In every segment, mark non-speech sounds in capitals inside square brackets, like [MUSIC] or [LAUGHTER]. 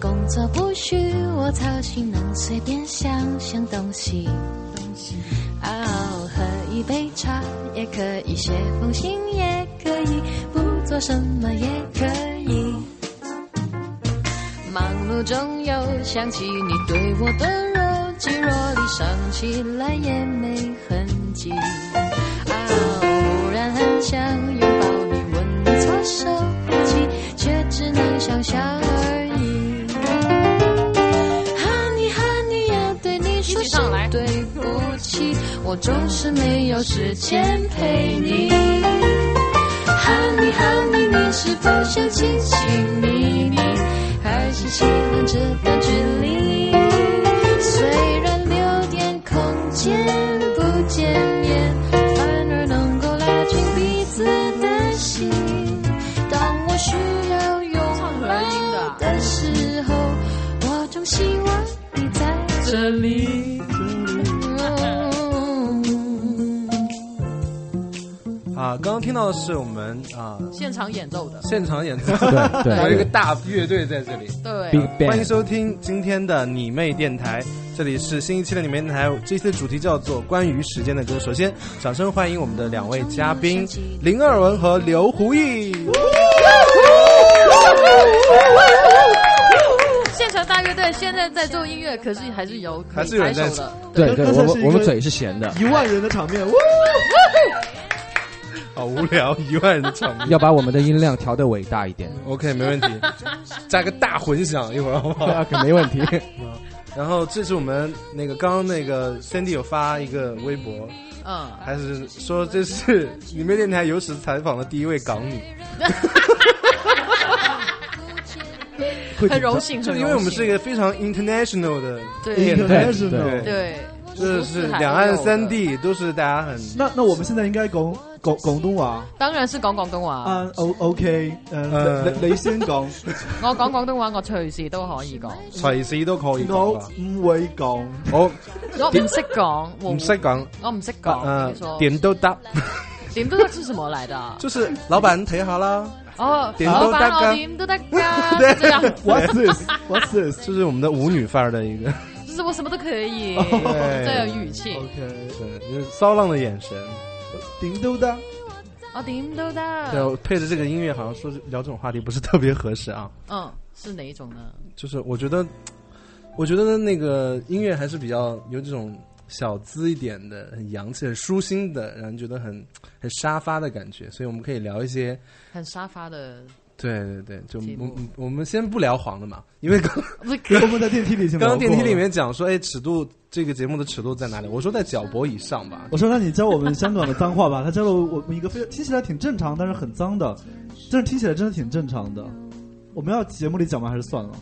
工作不许我操心，能随便想想东西。哦，喝一杯茶也可以，写封信也可以，不做什么也可以。忙碌中又想起你对我的若即若离，想起来也没痕迹。啊，忽然很想拥抱你，吻你措手不及，却只能想象而已。Honey Honey，要对你说一起声上来对不起，我总是没有时间陪你。Honey Honey，你是否想亲亲密密，还是喜欢这段距离？虽然留点空间不见面，反而能够拉近彼此的心。当我需要拥抱的时候，我总希望你在这 [LAUGHS] 里。啊，刚刚听到的是我们啊现场演奏的，现场演奏， [LAUGHS] 对对还有一个对大乐队在这里。对 Big 欢迎 Bang，收听今天的你妹电台，这里是新一期的你妹电台，这期的主题叫做关于时间的歌。首先，掌声欢迎我们的两位嘉 [LAUGHS] 宾林二文和刘胡毅。现场大乐队现在在做音乐，可是还是有可以还是有人拍在手的。对对，刚才我是们一我们个嘴是咸的，一万人的场面，哇！好无聊，一万人的场面。要把我们的音量调的伟大 [LAUGHS] 一点， OK，没问题，加个大混响一会儿好不好？啊 [LAUGHS] 可没问题。然后这是我们那个刚刚那个 Sandy 有发一个微博，嗯，还是说这是你妹电台有史采访的第一位港女，很会紧张荣幸，就很因为我荣们幸是一个非常 international 的对电台。对对 international。对，五这湖是四海两岸都有三的，地都是大家很那那我们现在应该讲讲广东话当然是講廣東話。啊？O OK，呃誒，你你先講，我講廣東話，我隨時都可以講。隨時都可以講我吧。唔會講，我我唔識講，我唔識講，我唔識講。呃你說，點都得，點都得是什麼來的 [LAUGHS] 啊？就是老闆睇下 [LAUGHS] 啦，哦，點都得㗎老闆我點都得 [LAUGHS] 㗎，這樣， What's this？What's this？就是我们的舞女范儿的一个，就是我什麼都可 [LAUGHS] 以，对這有語氣。 OK， [LAUGHS] 对，就是骚浪的眼神，點都得，我哦點都得。对，配着这个音乐，好像说是聊这种话题不是特别合适啊。嗯，是哪一種呢？就是我觉得，我觉得那个音乐还是比较有这种小资一点的，很洋气、很舒心的，让人觉得很很沙发的感觉。所以我们可以聊一些，很沙發的，对对对，就题我目们我们先不聊黄的嘛，因为 [LAUGHS] 刚不是我們在電梯裡先。刚刚电梯里，面讲说，哎，尺度这个节目的尺度在哪里？我说在脚脖以上吧。我說：“那你教我們香港的脏話吧。”他教了我們一個非常听起來挺正常，但是很脏的，但是听起來真的挺正常的。我們要節目裡講嗎？還是算了？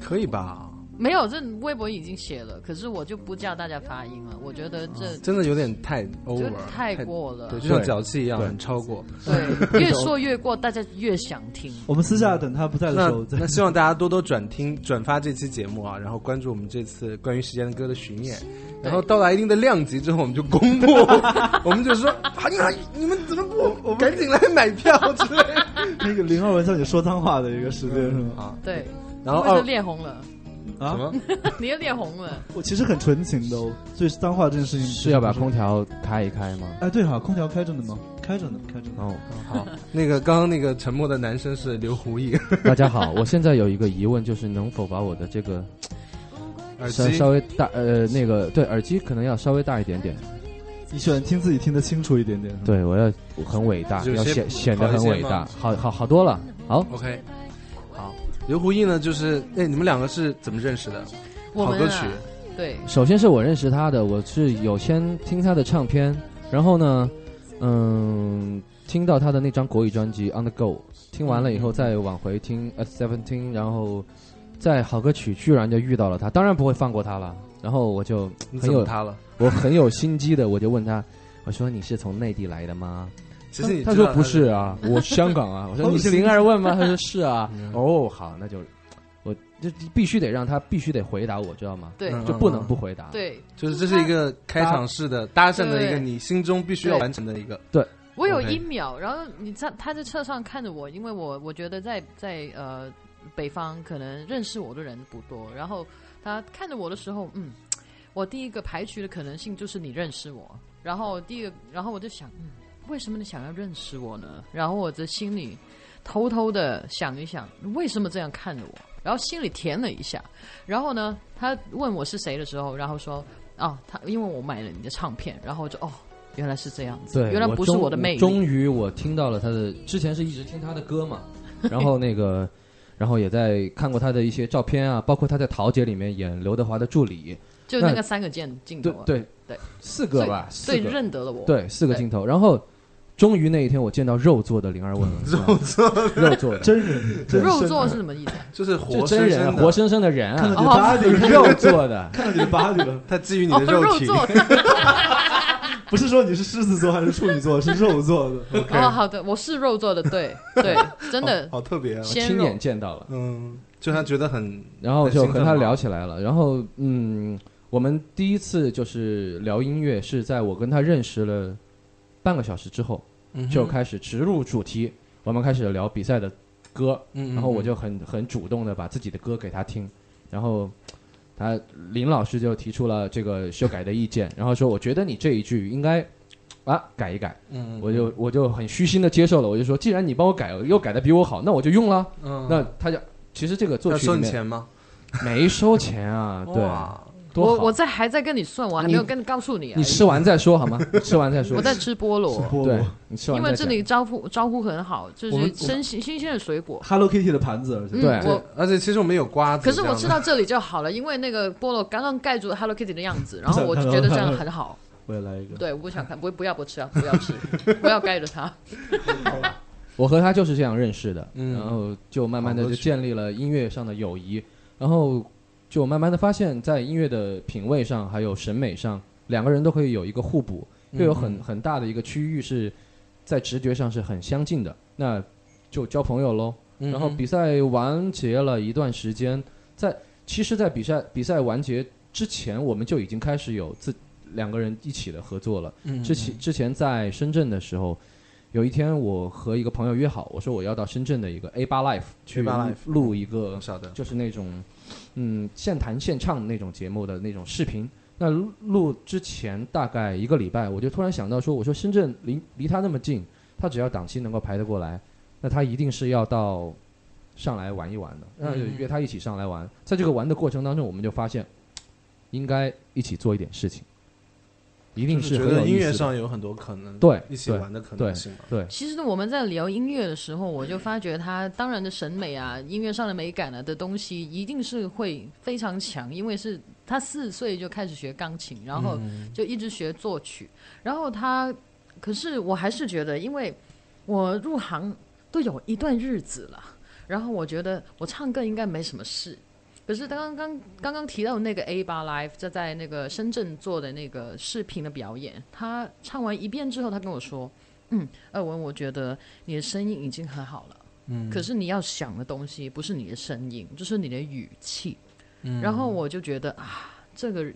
可以吧？没有，这微博已经写了，可是我就不叫大家发音了。我觉得 [LAUGHS] 这真的有点太 over，太过了对，就像对脚气一样，对很 [LAUGHS] 超过。对，越说越过，大家越想听。我们私下等他不在的那時候再那。希望大家多多转听、转发这期节目啊，然后关注我们这次关于时间的歌的巡演，然后到达一定的量级之后，我们就公 [LAUGHS] 布，我们就说啊，你们你们怎么不赶紧来买票之类的 [LAUGHS] 那个林二文叫你说脏话的一个时间是嗯吗？啊。对，然后因为二就脸红了， [LAUGHS] 什啊，么？你又脸红了。我其实很纯情的哦，所以脏话这件事情是要把不空调开一开吗？哎，对哈、空调开着呢吗？开着呢，开着呢。哦，啊好，那个刚刚那个沉默的男生是刘胡毅，大家好，我现在有一个疑问，就是能否把我的这个耳稍机稍微大呃那个对耳机可能要稍微大一点点，嗯你喜欢听自己听得清楚一点点。，对我要很伟大，有要些显不显得好一很些伟吗大，好好好多了，好。 OK，好，刘胡毅呢，就是哎，你们两个是怎么认识的？我好们歌啊曲，对，首先是我认识他的，我是有先听他的唱片，然后呢，嗯，听到他的那张国语专辑《On the Go》，听完了以后再往回听《At Seventeen》，然后在好歌曲居然就遇到了他，当然不会放过他了。然后我就你很怎么有他了？我很有心机的，我就问他，我说你是从内地来的吗？其实你他知道说不是啊，我香 [LAUGHS] 港啊。我说哦你是是吗零二问吗？他说是啊嗯。哦，好，那就我就必须得让他必须得回答我，知道吗？对嗯就不能不回答。对，就是这是一个开场式的搭讪的一个对你心中必须要完成的一个，我有 OK 一秒，然后你在他在车上看着我，因为我我觉得在在呃北方可能认识我的人不多，然后他看着我的时候，嗯，我第一个排除的可能性就是你认识我，然后第一个，然后我就想，嗯，为什么你想要认识我呢？然后我的心里偷偷的想一想，为什么这样看着我？然后心里甜了一下，然后呢，他问我是谁的时候，然后说，哦，他因为我买了你的唱片，然后我就哦，原来是这样子，对，原来不是终我的魅力，终于我听到了他的，之前是一直听他的 [LAUGHS] 歌嘛，然后那个，然后也在看过他的一些照片啊，包括他在《桃姐》里面演刘德华的助理，就那个三个键镜头对啊，对对，四所个以吧，所四以个认得了我，对，四个对镜头。然后，终于那一天，我见到肉做的灵儿问了，肉做肉做的，真人真肉身做是什么意思？就是就活真生人啊生活的，生生的人看到啊，你的芭比，，肉做 [LAUGHS] 的看到你的芭比了。它基于你哦的，肉 [LAUGHS] 体。做不是说你是狮子座还是处女座，是肉做的。 OK 哦，好的，我是肉做的，对对，真的好好特别啊。鲜亲肉眼。见到了。嗯，就他觉得很然后就很兴和奋他吗聊起来了。然后嗯，我们第一次就是聊音乐，是在我跟他认识了半个小时之后，嗯嗯就开始直入主题，我们开始聊比赛的歌，嗯，嗯然后我就很很主动的把自己的歌给他听，然后。他林老师就提出了这个修改的意见，然后说我觉得你这一句应该啊改一改，嗯，嗯我就我就很虚心的接受了，我就说既然你帮我改，又改的比我好，那我就用了。嗯那他就其实这个作要曲收里你面钱吗？没收钱啊，对，哇多我好我在还在跟你算，我还没有跟告诉你而已。你吃完再说好吗？你吃完再说。我在吃菠萝，菠对萝，你吃完因再为讲这里招呼招呼很好，就我们是新鲜新鲜的水果。 ，Hello Kitty 的盘子，而且嗯对，我而且其实我们有瓜子可这是样的，我吃到这里就好了，因为那个菠萝刚刚盖住 Hello Kitty 的样子，然后我就觉得这 [LAUGHS] 样很好。我也来一个。对，我不想看，不不要不吃啊，不要吃，不要盖着它。我和他就是这样认识的，嗯然后就慢慢的好就乐趣建立了音乐上的友谊，然后就慢慢的发现，在音乐的品味上还有审美上，两个人都可以有一个互补，又有嗯很很大的一个区域是在直觉上是很相近的，那就交朋友喽。嗯，然后比赛完结了一段时间，在其实，在比赛比赛完结之前，我们就已经开始有自两个人一起的合作了。嗯之前之前在深圳的时候，有一天我和一个朋友约好，我说我要到深圳的一个 A 八 Life 去 A8 Live 录一个我，晓得，就是那种嗯现弹现唱那种节目的那种视频。那录录之前大概一个礼拜，我就突然想到说，我说深圳离离他那么近，他只要档期能够排得过来，那他一定是要到上来玩一玩的，嗯那就约他一起上来玩。在这个玩的过程当中，我们就发现，嗯应该一起做一点事情，一定就是是觉很得有音意乐思的。上有很多可能，对一起对玩的可对能性嘛。对，其实呢，我们在聊音乐的时候，我就发觉他当然的审美啊，音乐上的美感啊的东西，一定是会非常强，因为是他四岁就开始学钢琴，然嗯后就一直学作曲，然后他，可是我还是觉得，因为我入行都有一段日子了，然后我觉得我唱歌应该没什么事。可是刚刚刚刚刚提到那个 A 八 Live 在在那个深圳做的那个视频的表演，他唱完一遍之后，他跟我说：“嗯二文，我觉得你的声音已经很好了，嗯，可是你要想的东西不是你的声音，就是你的语气，嗯，然后我就觉得啊，这个，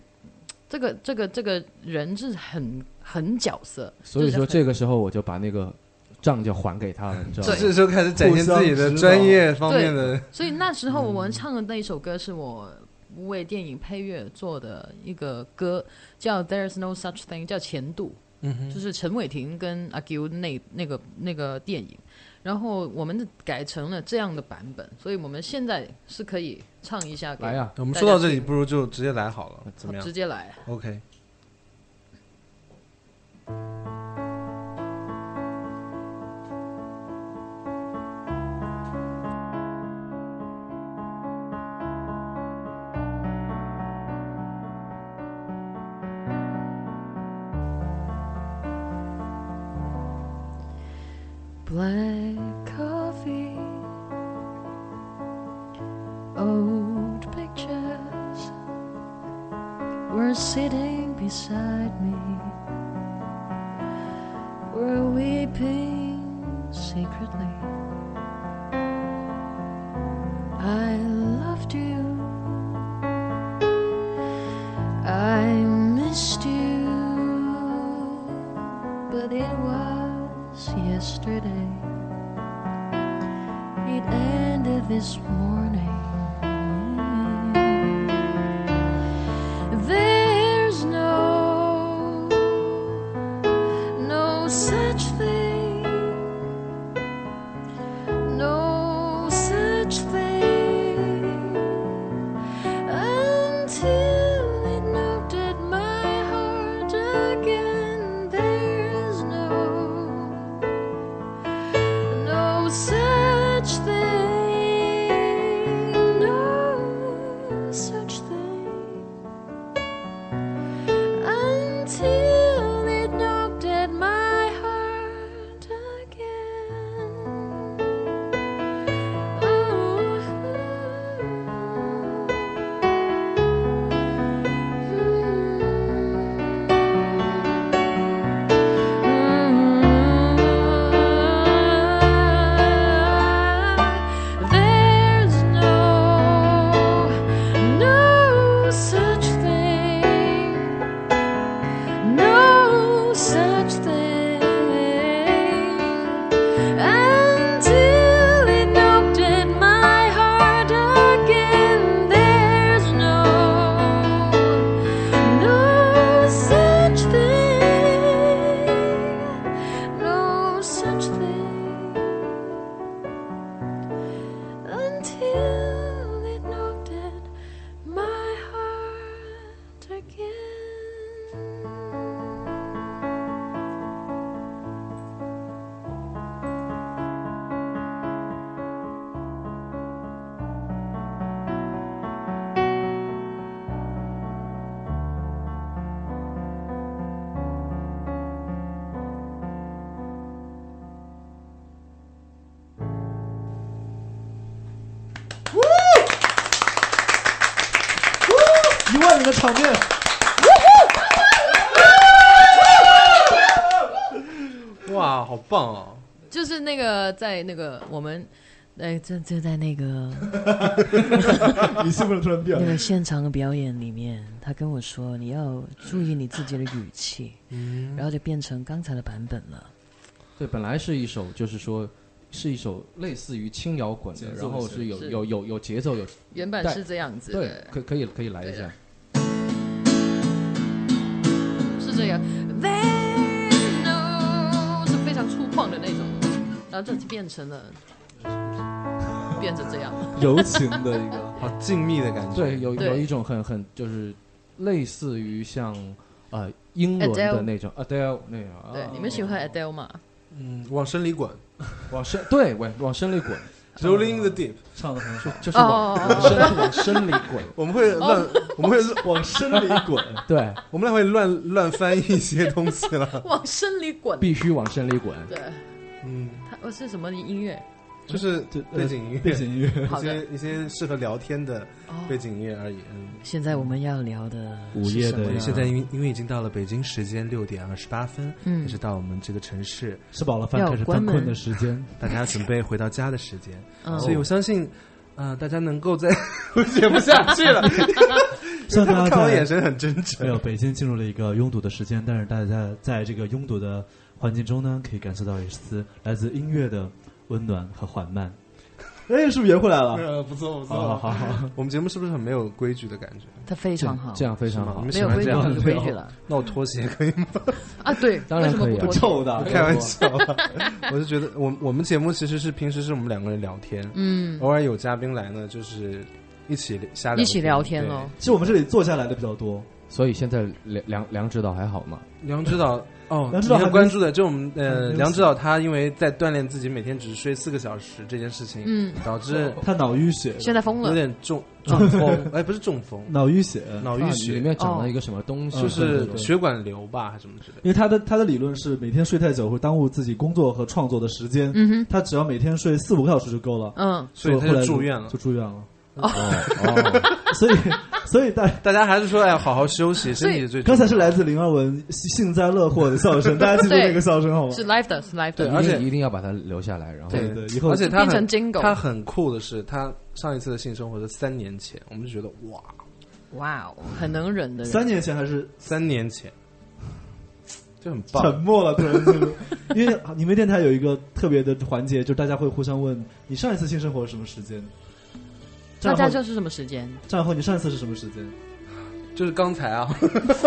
这个，这个，这个人是很很角色，所以就是说很这个时候我就把那个账就还给他了，你知道吗对？这时候开始展现自己的专业方面的，所以那时候我们唱的那一首歌是我为电影配乐做的一个歌，叫《There's No Such Thing》，叫《前度》，嗯就是陈伟霆跟阿 Q 那那个那个电影。然后我们改成了这样的版本，所以我们现在是可以唱一下给来呀， [LAUGHS] 我们说到这里，不如就直接来好了，啊怎么样直接来。 ？OK， Black coffee, old pictures were sitting beside me. We're weeping secretly. I loved you. I missed you but it was yesterday. It ended this morning. There's no, no such thing, no such thing until it noted my heart again. There's no, no such thing, no such thing until it knocked at my heart again. Mm-hmm. Oh. There's no, no such thing, no such thing until it knocked at my heart again. There's no, no such thing, no such thing until it knocked at my heart again. 一万人的场面。哇，好棒哦！就是那个在那个我们，哎，就就在 [LAUGHS] 那个你是不是突然变那个了？现场的表演里面，他跟我说你要注意你自己的语气，然后就变成刚才的版本了。对，本来是一首就是说是一首类似于轻摇滚的，然后是有是有有有节奏有原版但是这样子对的，，可可以可以来一下。是这样。There no 是非常粗犷的那种，然后这就变成了，变成这样。 [LAUGHS] 柔情的一个，好静谧的感觉。对，有对有一种很很就是类似于像呃英伦 Adele 的那种 Adele 那种。啊对，你们喜欢 Adele 吗？嗯，往深里滚往深对往往深里滚， ，Rolling in the deep。唱的很好，就是哦往哦往深往深里滚。我们会乱，我们会乱，往深里滚。对，我们俩会乱乱翻译一些东西了。往深里滚。必须往深里滚。对， [LAUGHS] 嗯，它哦是什么音乐？就是对呃背景音乐，背景音乐，好一的些一些适合聊天的哦背景音乐而已。嗯，现在我们要聊的午是夜的什么呀呢现现在在因为因为已经到了北京时间六点二十八分，嗯也是到我们这个城 [LAUGHS] 市吃饱了饭开始犯困的时间。大家准备回到家的时间，嗯所以我相信，呃，大家能够在哦 [LAUGHS] 我写不下去 [LAUGHS] 了，虽然他大们看我家眼在神很真 [LAUGHS] 没有诚。北京进入了一个拥堵的时间，但是大家在这个拥堵的环境中呢，可以感受到一丝来自音乐的温暖和缓慢。哎，是不是圆回来了？ [LAUGHS] 呃，不错不好好好，我们节目是不是很没有规矩的感觉？它非常好，这样非常是吗好你。们没喜有欢规这矩样就 [LAUGHS] 规矩了那我脱鞋可以吗？啊！对，当然为什么可以啊不脱？ [LAUGHS] 臭的，开玩笑啦， [LAUGHS] 我是觉得我我们节目其实是平时是我们两个人聊天，嗯，偶尔有嘉宾来呢，就是一起瞎聊，一起聊天哦喽。。其实我们这里坐下来的比较多，所以现在梁梁梁指导还好吗？梁指导哦，梁指导你还很没关注的，就我们还没呃，有梁指导他因为在锻炼自己每天只睡四个小时这件事情，嗯，导致他脑淤血，现在疯有了，点中中风，哎，不是中 [LAUGHS] 风，脑淤血，脑啊淤里血，面长了一个什么东西？哦就是对对对血管瘤吧，还是什么之类的。因为他的他的理论是每天睡太久会耽误自己工作和创作的时间，嗯哼，他只要每天睡四五个小时就够了，嗯，所以他后来就住院了就。住院了。哦哦，所以 [LAUGHS] 所以大大家还是说哎要好好休息，所身以体最重刚要才是来自林二文幸灾乐祸的笑声，大家记住对那个笑声好吗是？live 的，是 live [LAUGHS] 对的，而且一定一定要把它留下来，然后对对对，以后而且他变成很金狗。他很酷的是，他上一次的性生活是三年前，我们就觉得哇，哇哦，很能忍的人。三年前还是三年前，这很沉棒。默了，突然进入。 [LAUGHS] 因为你们电台有一个特别的环节，就是大家会互相问你上一次性生活是什么时间？大战家这后，是什么时间？战后你上一次是什么时间？就是刚才啊，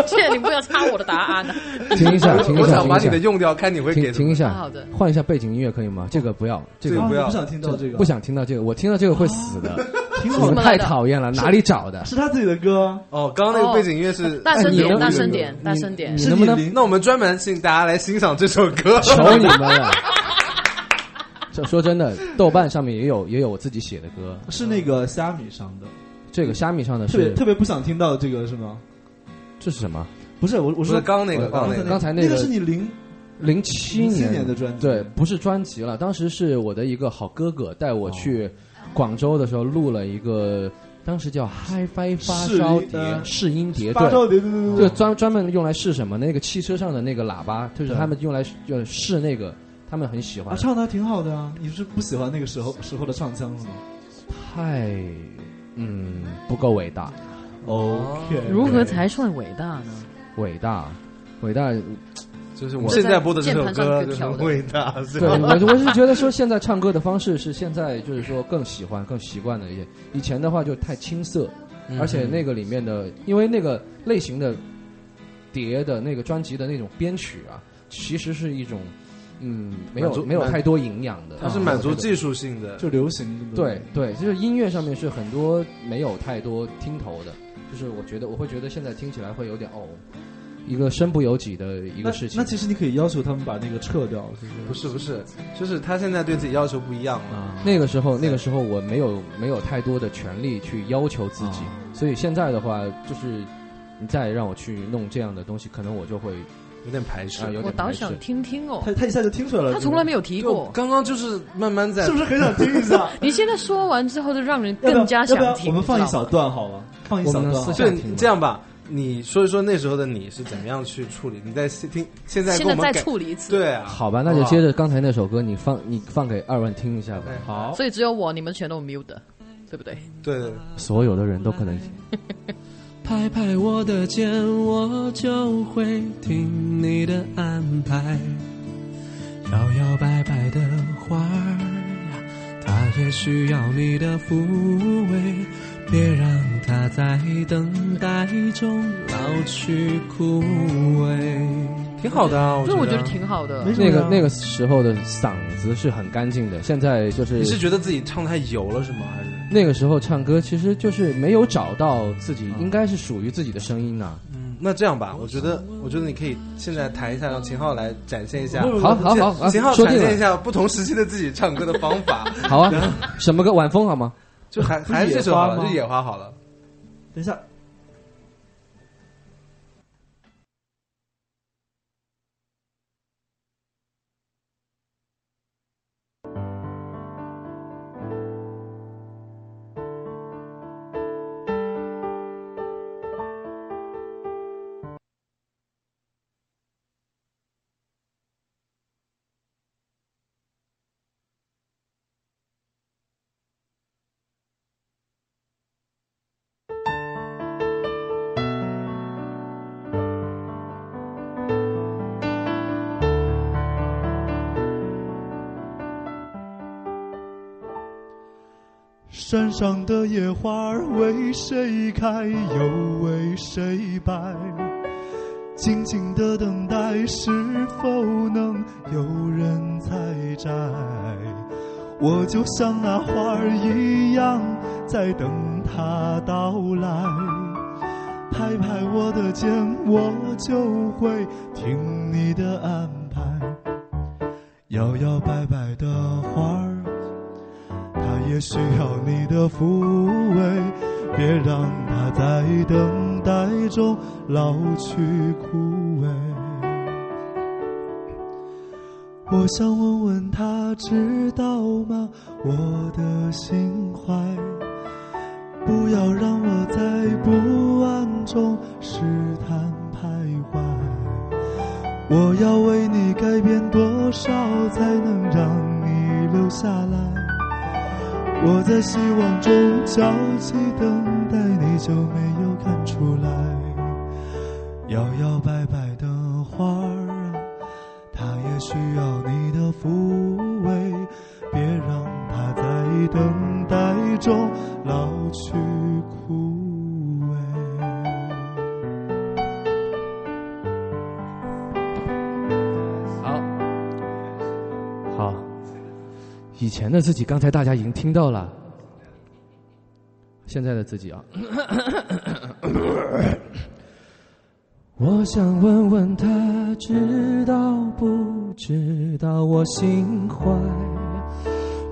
谢谢你不要插我的答案啊呢。停一下，停一 [LAUGHS] 我下，想停把一你的下，用掉，看你会给停什停么一。下，好的换一下背景音乐可以吗？这个不要，这个这个不要啊我不想听到这个，不想听到这个，我听到这个会死的，挺哦你好们的，太讨厌了，哪里找的？哎是他自己的歌啊。哦，刚刚那个背景音乐是哎大声你能点，不大能声点，大声点你。能不能那我们专门请大家来欣赏这首歌。求 [LAUGHS] 你们了？这 [LAUGHS] 说真的，豆瓣上面也有也有我自己写的歌，是那个虾米上的，这个虾米上的特别是特别不想听到这个是吗？这是什么？不是我，我不说是刚刚那个，我刚刚那个刚才那那个个是你零零七零七年年的专辑，对，不是专辑了，当时是我的一个好哥哥带我去广州的时候录了一个，当时叫 HiFi 发烧试音碟呃试音碟，八对，周碟，对对对就对，专专门用来试什么？那个汽车上的那个喇叭，就是对他们用来就试那个，他们很喜欢啊，，唱的还挺好的啊。你是不喜欢那个时候时候的唱腔是吗太嗯不够伟大， ？OK，如何才算伟大呢？伟大，伟大就是我现在播的这首歌就是很伟大，是对，吧？我我是觉得说现在唱歌的方式是现在就是说更喜欢、更习惯的一些，以前的话就太青涩，嗯而且那个里面的，因为那个类型的碟的那个专辑的那种编曲啊，其实是一种嗯没满足有没有满太多营养的，它是满足技术。术性的，就流行对对，就是音乐上面是很多没有太多听头的，就是我觉得我会觉得现在听起来会有点哦，一个身不由己的一一个事情。那其实你可以要求他们把那个撤掉，就是不是不是，就是他现在对自己要求不一样了。啊，那个时候，那个时候我没有没有太多的权利去要求自嗯己，哦所以现在的话，就是你再让我去弄这样的东西，可能我就会有点排斥啊、。有我点倒排斥想听听哦，他他一下就听出来了，他从来没有提就过。刚刚就是慢慢在是不是很想听一下？你现在说完之后，就让人要 [LAUGHS] 不要更加想要不要听。我们放一你知道小吗段好了，放一小段我好们了私。下对想听吗这样吧，你说一说那时候的你是怎么样去处理？你在现听现在现跟我在再们改处理一次。对啊，好吧，那就接着刚才那首歌，你放你放给二万听一下吧。对好，所以只有我，你们全都 mute 的，对不对？对对，对所有的人都可能拍拍我的肩，我就会听你的安排。摇摇摆摆的花儿，它也需要你的抚慰，别让它在等待中老去枯萎。挺好的啊，我所以我觉得得。挺好的没。什么那个呀那个时候的嗓子是很干净的，现在就是你是觉得自己唱太油了是吗？还是那个时候唱歌其实就是没有找到自己应该是属于自己的声音啊呐、嗯？那这样吧，我觉得我觉得你可以现在弹一下，让秦浩来展现一下。不不好好好好，秦昊说展定现一了，下不同时期的自己唱歌的方法，好啊，什么歌？晚风好吗？ [LAUGHS] 就还还是这首好了，就野花好了。等一下，山上的野花儿为谁开，又为谁败？静静的等待，是否能有人采摘？我就像那花儿一样，在等它到来。拍拍我的肩，我就会听你的安排。摇摇摆摆的花儿。它也需要你的抚慰，别让它在等待中老去枯萎。我想问问他，知道吗？我的心怀，不要让我在不安中试探徘徊。我要为你改变多少，才能让你留下来？我在希望中焦急等待，你就没有看出来。摇摇摆摆的花儿啊，还需要你的抚慰，别让它在等待中老去枯萎。好，好，以前的自己刚才大家已经听到了，现在的自己啊。 [LAUGHS] 我想问问他，知道不知道我心怀？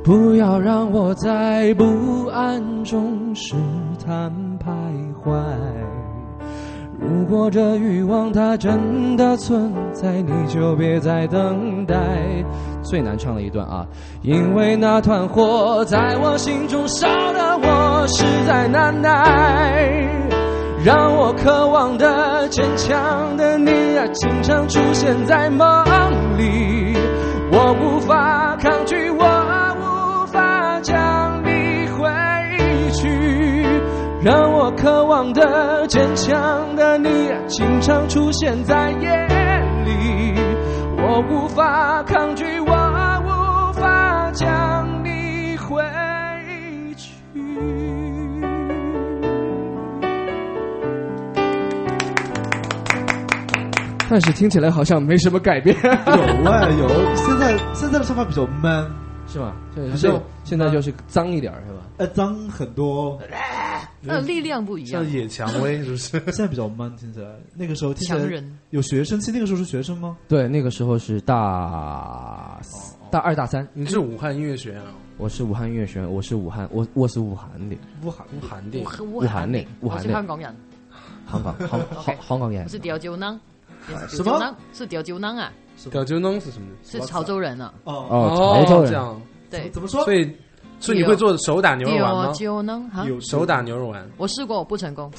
不要让我在不安中试探徘徊。如果这欲望它真的存在，你就别再等待。最难唱的一段啊，因为那团火在我心中烧得我实在难耐，让我渴望的坚强的你啊，经常出现在梦里，我无法抗拒，我无法将你回去。让我渴望的、坚强的你，经常出现在夜里。我无法抗拒，我无法将你回去。但是听起来好像没什么改变，有啊有，现在现在的唱法比较 man，是吧？不就是现在就是脏一点儿，是吧？呃，脏很多，呃，力量不一样像，野蔷薇是不是？现在比较 man，听起来那个时候听起强来人。有学生气，那个时候是学生吗？对，那个时候是大四大二大三， [LAUGHS] 你是武汉音乐学院啊？我是武汉音乐学院，我是武汉，我我是武汉的，武汉武汉的 [LAUGHS] 我，很武漢的武我漢是的香港人，香港香 [LAUGHS] 香香港人我。是吊酒囊，也是什吊酒么囊？是吊酒囊啊， [LAUGHS] 屌就弄是什么？是潮州人啊，哦，哦，潮州这人，样，对，怎么说？所以所以你会做手打牛肉丸吊吗？酒囊哈，有手打牛肉丸，我试过，我不成功。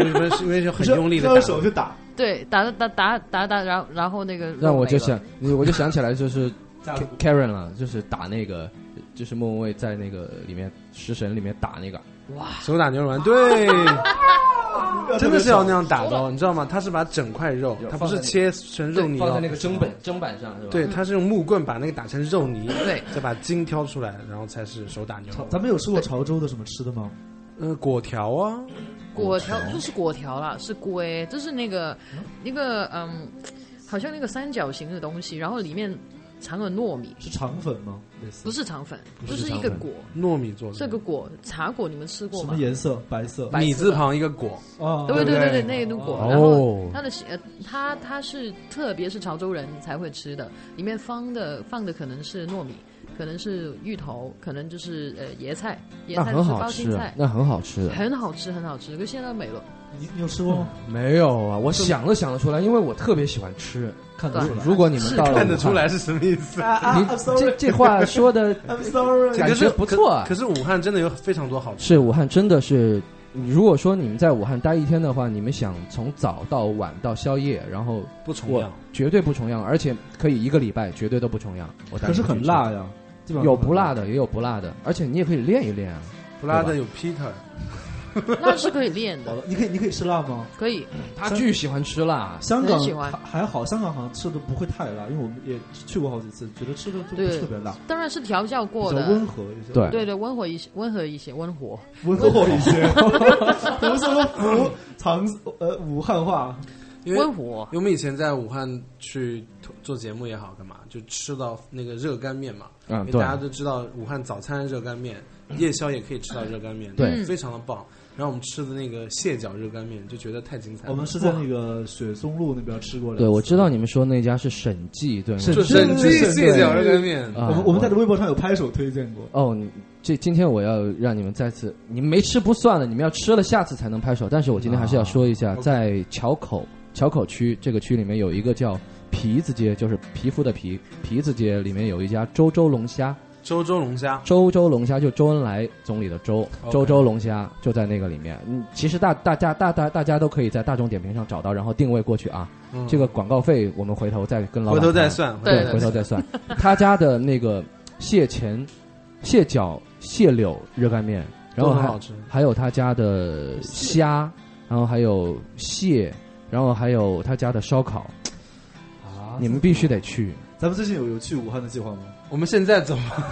因为因为因为是不很是用力的用打。手去打，对，打打打打打，然后然后那个肉让我没就了想，你我就想起来就是架子 Ka- Karen 了，就是打那个，就是莫文蔚在那个里面《食神》里面打那个，手打牛肉丸， [LAUGHS] 对，真的是要那样打的手哦，你知道吗？它是把整块肉，它不放在是那个切成肉泥放在哦那，个砧板砧板上是吧？对，它是用木棍把那个打成肉泥，对，再把筋挑出来，然后才是手打牛肉潮丸。咱们有吃过潮州的什么吃的吗？呃，果条啊，果条不是果条啦，是龟，就是那个一个嗯，好像那个三角形的东西，然后里面藏了糯米，是肠粉吗？类似不是肠粉，不就是是肠一粉个果，糯米做的，这个果茶果你们吃过什吗么？颜色？白色白色的米字旁一个果，啊，对对对不对，对那一种果，哦然后它的呃，它它是特别是潮州人才会吃的，里面放的放的可能是糯米，可能是芋头，可能就是呃椰菜，椰菜那很就是好包心吃啊菜，，那很好吃啊。很好吃很好吃，可现在没了。你你有吃过吗？ [LAUGHS] 没有啊，我想了想得出来，因为我特别喜欢吃。看得出来。如果你们到了看得武汉出，来是什么意思。[LAUGHS] 啊你，I'm 这 sorry，这话说的 I'm sorry。感可觉是不错啊可。可是武汉真的有非常多好吃，是武汉真的是，你如果说你们在武汉待一天的话，你们想从早到晚到宵夜，然后不重我样。绝对不重样，而且可以一个礼拜绝对都不重样。我带可是你们很去辣呀，吃，基本上有不辣的。的，也有不辣的，而且你也可以练一练啊。布拉德有 Peter，那是可以练好的，了，你可以你可以吃辣吗？可以。他巨喜欢吃辣，香港很喜欢还好，香港好像吃的不会太辣，因为我们也去过好几次，觉得吃的就不是对特别辣，当然是调教比过较的，温和一些，对对对，温和一些，温和一些，温和。温和 [LAUGHS] 一些。不是说服长呃武汉 [LAUGHS] 话，因为温和 [LAUGHS] 因为我们以前在武汉去做节目也好，干嘛就吃到那个热干面嘛，嗯因为对大家都知道武汉早餐热干面，夜宵也可以吃到热干面，对非常的棒。然后我们吃的那个蟹脚热干面就觉得太精彩了，我们是在那个雪松路那边吃过两次。对，我知道你们说那家是审计，对吗？审就计整对鸡对对蟹脚热干面，啊我们我们在微博上有拍手推荐过，哦，你这今天我要让你们再次，你们没吃不算了，你们要吃了下次才能拍手。但是我今天还是要说一哦下，啊在硚口硚口区这个区里面有一个叫皮子街，就是皮肤的皮皮子街里面有一家周周龙虾，周周龙虾，周周龙虾就周恩来总理的周 OK 周周龙虾就在那个里面。嗯，其实大大家大大大家都可以在大众点评上找到，然后定位过去啊。嗯这个广告费我们回头再跟老回板头再谈算，对回头再算。 [LAUGHS] 他家的那个蟹钳、蟹脚、蟹柳热干面，然后都很还好吃还有他家的虾，然后还有蟹，然后还有他家的烧烤，啊你们必须得去。咱们最近有有去武汉的计划吗？我们现在走吗？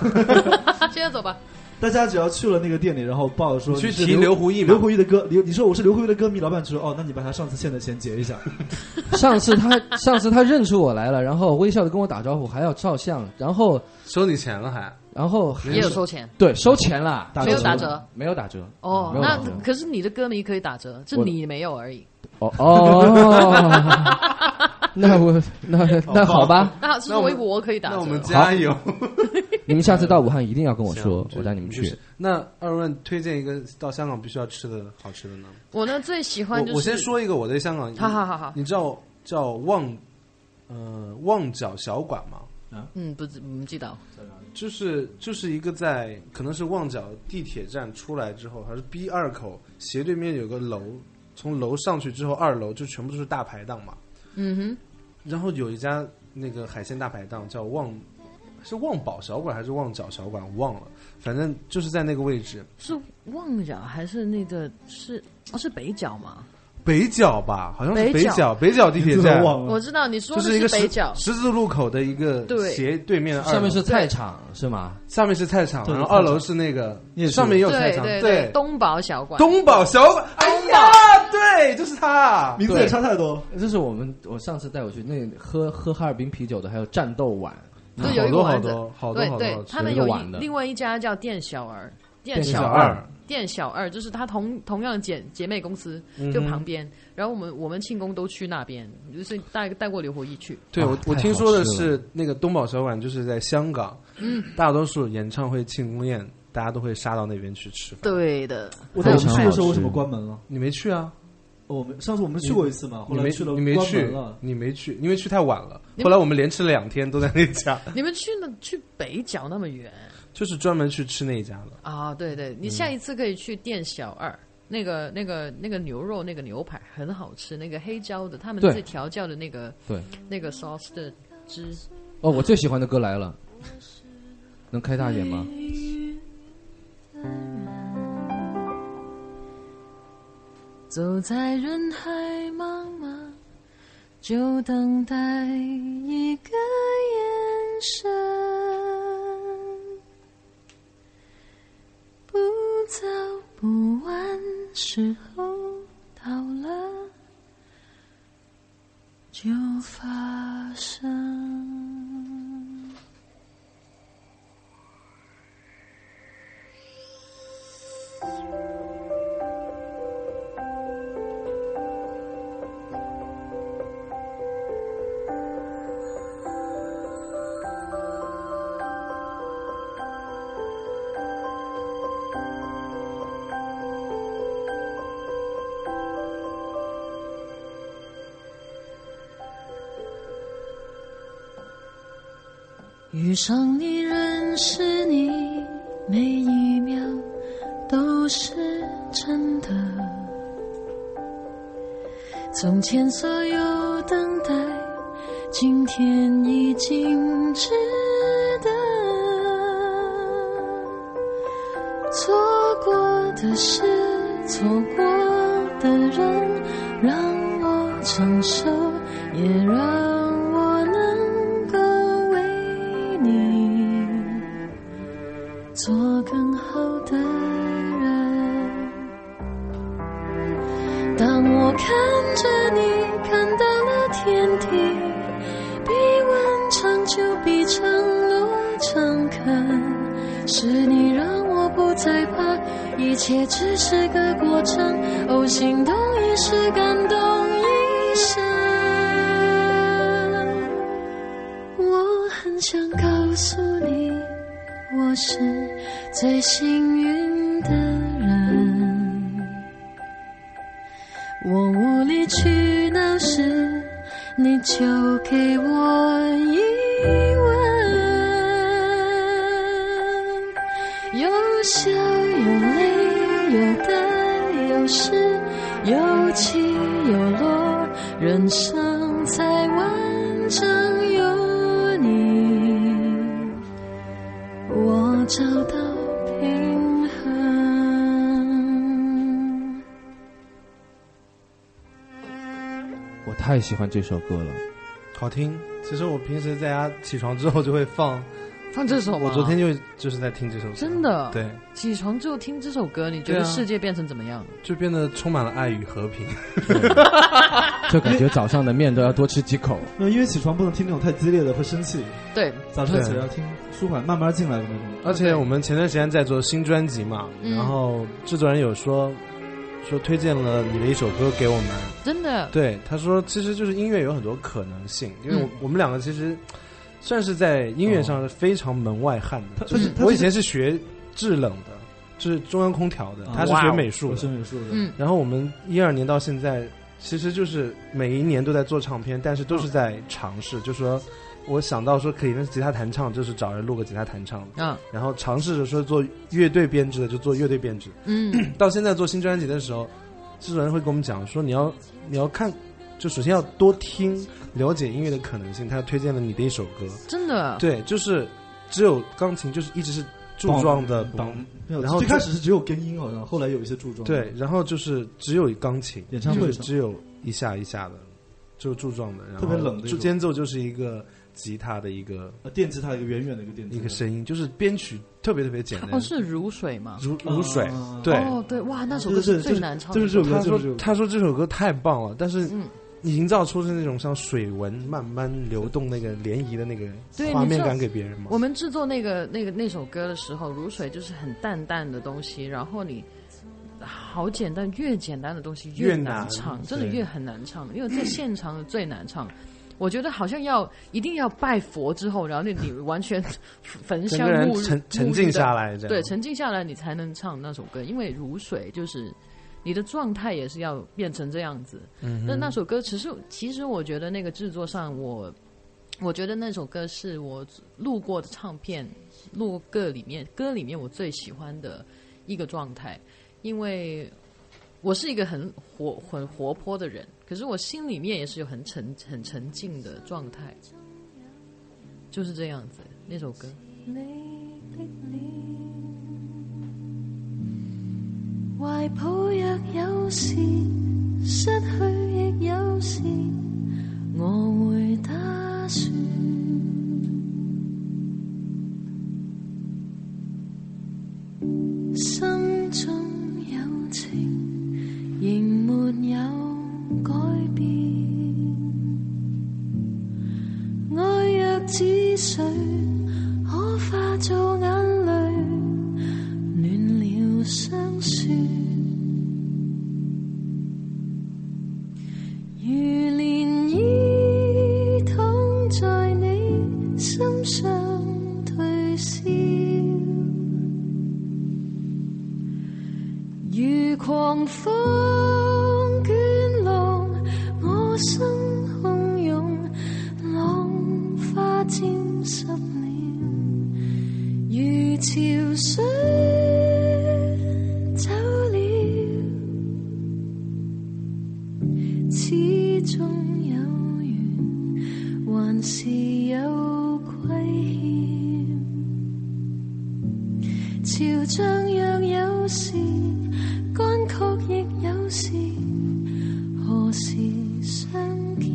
现在走吧。大家只要去了那个店里，然后报说你去你是提刘胡毅嘛刘胡毅的歌，刘你说我是刘胡毅的歌迷，老板就说哦，那你把他上次欠的钱结一下。上次他 [LAUGHS] 上次他认出我来了，然后微笑的跟我打招呼，还要照相，然后收你钱了还？然后还也有收钱，对收钱啦，[LAUGHS] 打没有折打折没有打折哦没。有那打折可是你的歌迷可以打折，这我你没有而已。 [LAUGHS] 哦哦， [LAUGHS] 那我那那哦好吧，那是那我们微博可以打折。那我们加油！ [LAUGHS] 你们下次到武汉一定要跟我说行，我带你们就去是。那二问推荐一个到香港必须要吃的好吃的呢？我呢最喜欢我就是我先，说一个我对香港，好好好好，嗯你知道叫旺呃旺角小馆吗？嗯，不知不记得，就是就是一个在可能是旺角地铁站出来之后，还是 B 二口斜对面有个楼，从楼上去之后，二楼就全部都是大排档嘛。嗯哼，然后有一家那个海鲜大排档叫旺，是旺宝小馆还是旺角小馆？我忘了，反正就是在那个位置，是旺角还是那个是哦是北角吗？北角吧，好像是北北角角，北角地铁名字站都，忘我了，知道你说就的一个北十角，十字路口的一个对斜对面的二楼，上面是菜场是吗？下面是菜场，对然后菜场二楼是那个夜市上面也有菜对场，对东宝小馆，东宝小馆，哎呀，对，就是他，名字也差太多。这是我们我上次带我去那喝喝哈尔滨啤酒的，还有战斗碗，对有一个好多好丸子多好多对好多对好，吃他们有有一个一碗的另外一家叫店小儿，店店小小二二，店小二就是他同同样的姐姐妹公司嗯就旁边，然后我们我们庆功都去那边，就是带带过刘胡毅去，对我啊我太听好说的吃是那个东宝小馆就是在香港，嗯大多数演唱会庆功宴大家都会杀到那边去吃饭。，对的，我当时非常去的时候好吃为什么关门了？哦你没去啊？我们上次我们去过一次嘛，后你来没去了你没关门去了，。你没去，因为去太晚了。你后来我们连吃了两天都在那家，你们去那去北角那么远就是专门去吃那一家的。啊？对对，嗯你下一次可以去店小二。那个、那个、那个牛肉、那个牛排很好吃，那个黑椒的，他们对自己调教的那个对，那个 sauce 的汁，哦，我最喜欢的歌来了，能开大一点吗？走在人海茫茫，就等待一个眼神，不早不晚，时候到了就发生。遇上你，认识你，每一秒都是真的。从前所有等待，今天已经值得。错过的事，错过的人，让我承受，也让我能够为你做更好的人。当我看着你，看到了天地，比完长久，比承诺诚恳。是你让我不再怕，一切只是个过程。哦，心动一时，感动一生。我很想告诉你，我是最幸运的人。我无理取闹时，你就给我一吻，有笑有泪，有得有失，有起有落，人生才完整。有你，我找到平衡。我太喜欢这首歌了，好听。其实我平时在家起床之后就会放，放这首吗我昨天就就是在听这首歌，真的对，起床之后听这首歌，你觉得对啊世界变成怎么样？就变得充满了爱与和平。就感觉早上的面都要多吃几口。那因为起床不能听那种太激烈的，会生气。对，早上起来要听舒缓、慢慢进来的那种。而且我们前段时间在做新专辑嘛，嗯然后制作人有说说推荐了你的一首歌给我们，真的，对他说其实就是音乐有很多可能性，因为我嗯我们两个其实算是在音乐上是非常门外汉的，他就是他我以这前是学制冷的，就是中央空调的，啊他是学美术我的，是美术的，嗯，然后我们一二年到现在，其实就是每一年都在做唱片，但是都是在尝试，就说我想到说可以那吉他弹唱，就是找人录个吉他弹唱的，啊，然后尝试着说做乐队编制的就做乐队编制，嗯，到现在做新专辑的时候，制作人会跟我们讲说你要你要看。就首先要多听，了解音乐的可能性。他推荐了你的一首歌，真的，对，就是只有钢琴，就是一直是柱状的，绑，没有然后最开始是只有根音，好像后来有一些注重。对，，然后就是只有钢琴，演唱会就是上只有一下一下的，就柱状的，然后特别冷的一就种间奏就是一个吉他的一个呃电吉他一个远远的一个电吉一他，个声音，就是编曲特别特别简单，哦，是如水吗？如如水啊。对，哦，对，哇，那首歌对对是对最难唱的，就是这首他歌，就说是这首歌。他说这首歌太棒了，但是嗯营造出是那种像水纹慢慢流动那个涟漪的那个对画你知面道感给别人嘛我。们制作那个那个那首歌的时候，如水就是很淡淡的东西，然后你啊好简单，越简单的东西越难难唱，对真的越很难唱，因为在现场的最难唱。我觉得好像要一定要拜佛之后，然后你你完全焚整香个人沐浴沉沉沐浴浸的下来，这样对，沉静下来你才能唱那首歌，因为如水就是你的状态也是要变成这样子。嗯，那那首歌其实其实我觉得那个制作上我。我觉得那首歌是我录过的唱片，录歌里面歌里面我最喜欢的一个状态，因为我是一个很活很活泼的人，可是我心里面也是有很沉很沉静的状态，就是这样子。那首歌，你的臉，懷抱若有時失去，亦有時我會打算。心中有情，仍沒有改變。愛若止水。可化做眼泪，暖了双雪。如涟漪躺在你心上退烧，如狂风卷浪，我心汹涌。浪花沾濕了，如潮水走了，始終有緣，還是有虧欠。潮漲若有時，乾涸亦有時，何時相見？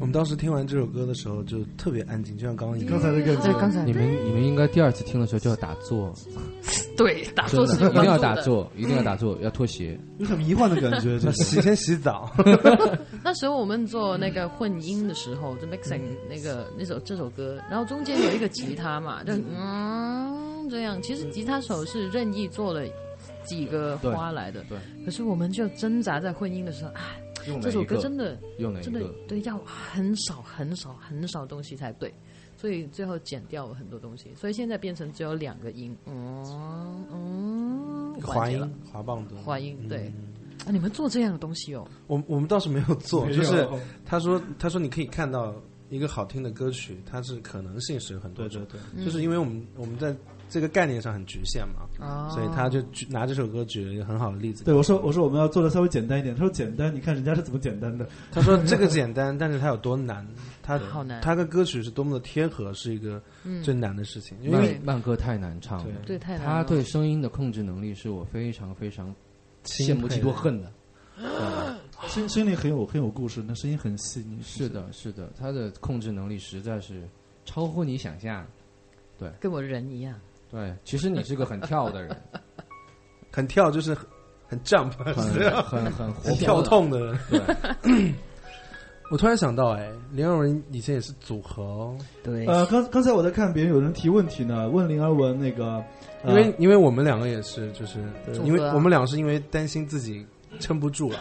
我们当时听完这首歌的时候就特别安静，就像刚刚嗯一样刚才的感对，刚觉，才你们你们应该第二次听的时候就要打坐，对打真坐是的一定要打坐。坐，一定要打坐，要脱鞋。有很迷幻的感觉，那就是洗先洗澡，那时候我们做那个混音的时候，就 mixing 那个那首这首歌，然后中间有一个吉他嘛，就嗯这样。其实吉他手是任意做了几个花来的，对可是我们就挣扎在混音的时候，哎，用这首歌真的的用哪一真的个？对要很少很少很少东西才对，所以最后剪掉了很多东西，所以现在变成只有两个音，嗯嗯， [LAUGHS] 滑完结了音。滑棒的滑音对啊，你们做这样的东西哦，我我们倒是没有做，没有就是他说他说你可以看到一个好听的歌曲，它是可能性是有很多对种对，对，就是因为我们我们在这个概念上很局限嘛，哦所以他就举拿这首歌举了一个很好的例子。对我说我说我们要做的稍微简单一点，他说简单，你看人家是怎么简单的，他说这个简单，但是它有多难，它好难它跟歌曲是多么的贴合，是一个嗯，最难的事情，因为对慢慢歌太难唱了，对，太难他了。对声音的控制能力是我非常非常羡钦慕佩嫉妒恨的。心心里很有很有故事，那声音很细腻。是的，是的，他的控制能力实在是超乎你想象。跟我人一样，对，其实你是个很跳的人，很跳，就是很很 [LAUGHS] jump，很很很活很泼，跳。动的。对，我突然想到，哎，林二文以前也是组合哦，对呃，刚刚才我在看别人有人提问题呢，问林二文那个，呃因为因为我们两个也是，就是对因为组合啊我们俩是因为担心自己撑不住了，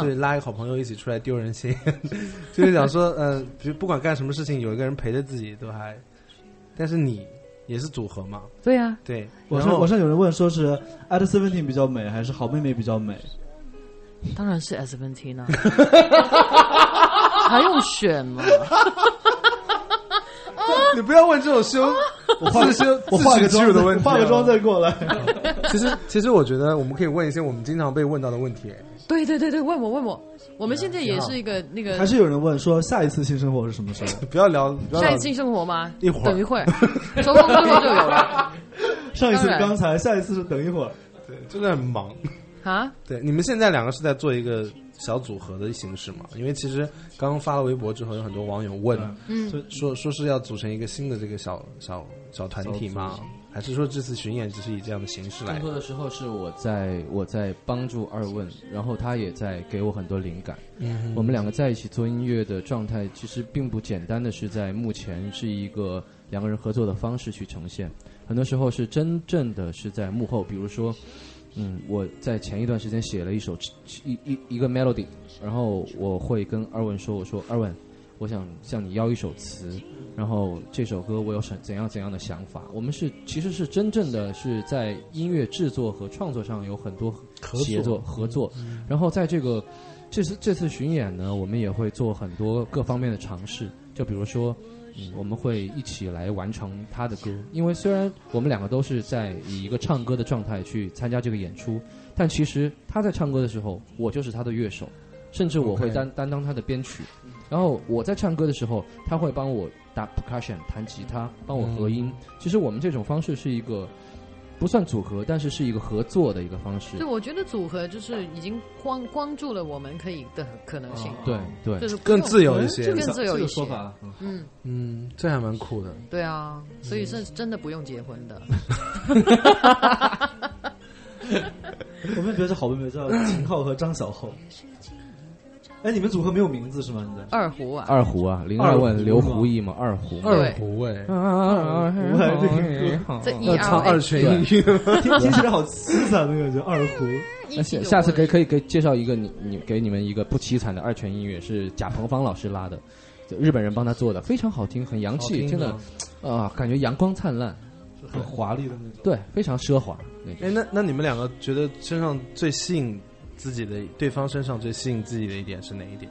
所以嗯，拉一个好朋友一起出来丢人现眼， [LAUGHS] 就是想说，呃，就不管干什么事情，有一个人陪着自己都还。但是你也是组合嘛，对啊，对，网然上后网上有人问说是 at seventeen 比较美还是好妹妹比较美？当然是 S N T 呢，还用选吗？ [LAUGHS] 你不要问这种羞， [LAUGHS] 我化个自修我化自取具个妆有的再问题啊化个妆再过来。 [LAUGHS] 其实，其实我觉得我们可以问一些我们经常被问到的问题。对对对对，问我问我，我们现在也是一个那个还是有人问说下一次性生活是什么时候？不要聊，不要下聊一。期生活吗？一会儿等一会儿，周公之后就有了上一次当然刚才，下一次是等一会儿。对，真的很忙。啊。对，你们现在两个是在做一个小组合的形式嘛？因为其实刚发了微博之后，有很多网友问，嗯，说说是要组成一个新的这个小小小团体吗？还是说这次巡演只是以这样的形式来更？多的时候是我在我在帮助二问，然后他也在给我很多灵感。嗯我们两个在一起做音乐的状态，其实并不简单的是在目前是一个两个人合作的方式去呈现，很多时候是真正的是在幕后，比如说，嗯，我在前一段时间写了一首一一一个 melody，然后我会跟二问说，我说二问，我想向你要一首词，然后这首歌我有怎怎样怎样的想法，我们是其实是真正的是在音乐制作和创作上有很多协作嗯合作，然后在这个这次这次巡演呢，我们也会做很多各方面的尝试，就比如说，嗯，我们会一起来完成他的歌，因为虽然我们两个都是在以一个唱歌的状态去参加这个演出，但其实他在唱歌的时候，我就是他的乐手，甚至我会 OK 担担当他的编曲，然后我在唱歌的时候，他会帮我打 percussion 弹吉他，帮我合音。其实我们这种方式是一个不算组合，但是是一个合作的一个方式对，。我觉得组合就是已经光光住了我们可以的可能哦性，对对，就是不更用自由一些这个更自由这个一些说法，啊嗯，嗯，这还蛮酷的。对啊，所以是真的不用结婚的。我们别是好妹妹叫秦昊和张小厚。哎，你们组合没有名字是吗？你在？二胡啊，二胡啊，零二问二胡刘是吗胡毅嘛，二胡嘛。二胡哎，二嗯胡还有这胡这一要唱二泉映月。 [LAUGHS] 听听起来好凄惨的感觉，二胡。一那起下有下次可以可以给介绍一个你你给你们一个不凄惨的二泉映月，是贾鹏芳老师拉的，就日本人帮他做的，非常好听，很洋气，好听听的的啊，感觉阳光灿烂，很华丽的那种。对，非常奢华那种。 [LAUGHS] 哎，那那你们两个觉得身上最吸引自己的，对方身上最吸引自己的一点是哪一点？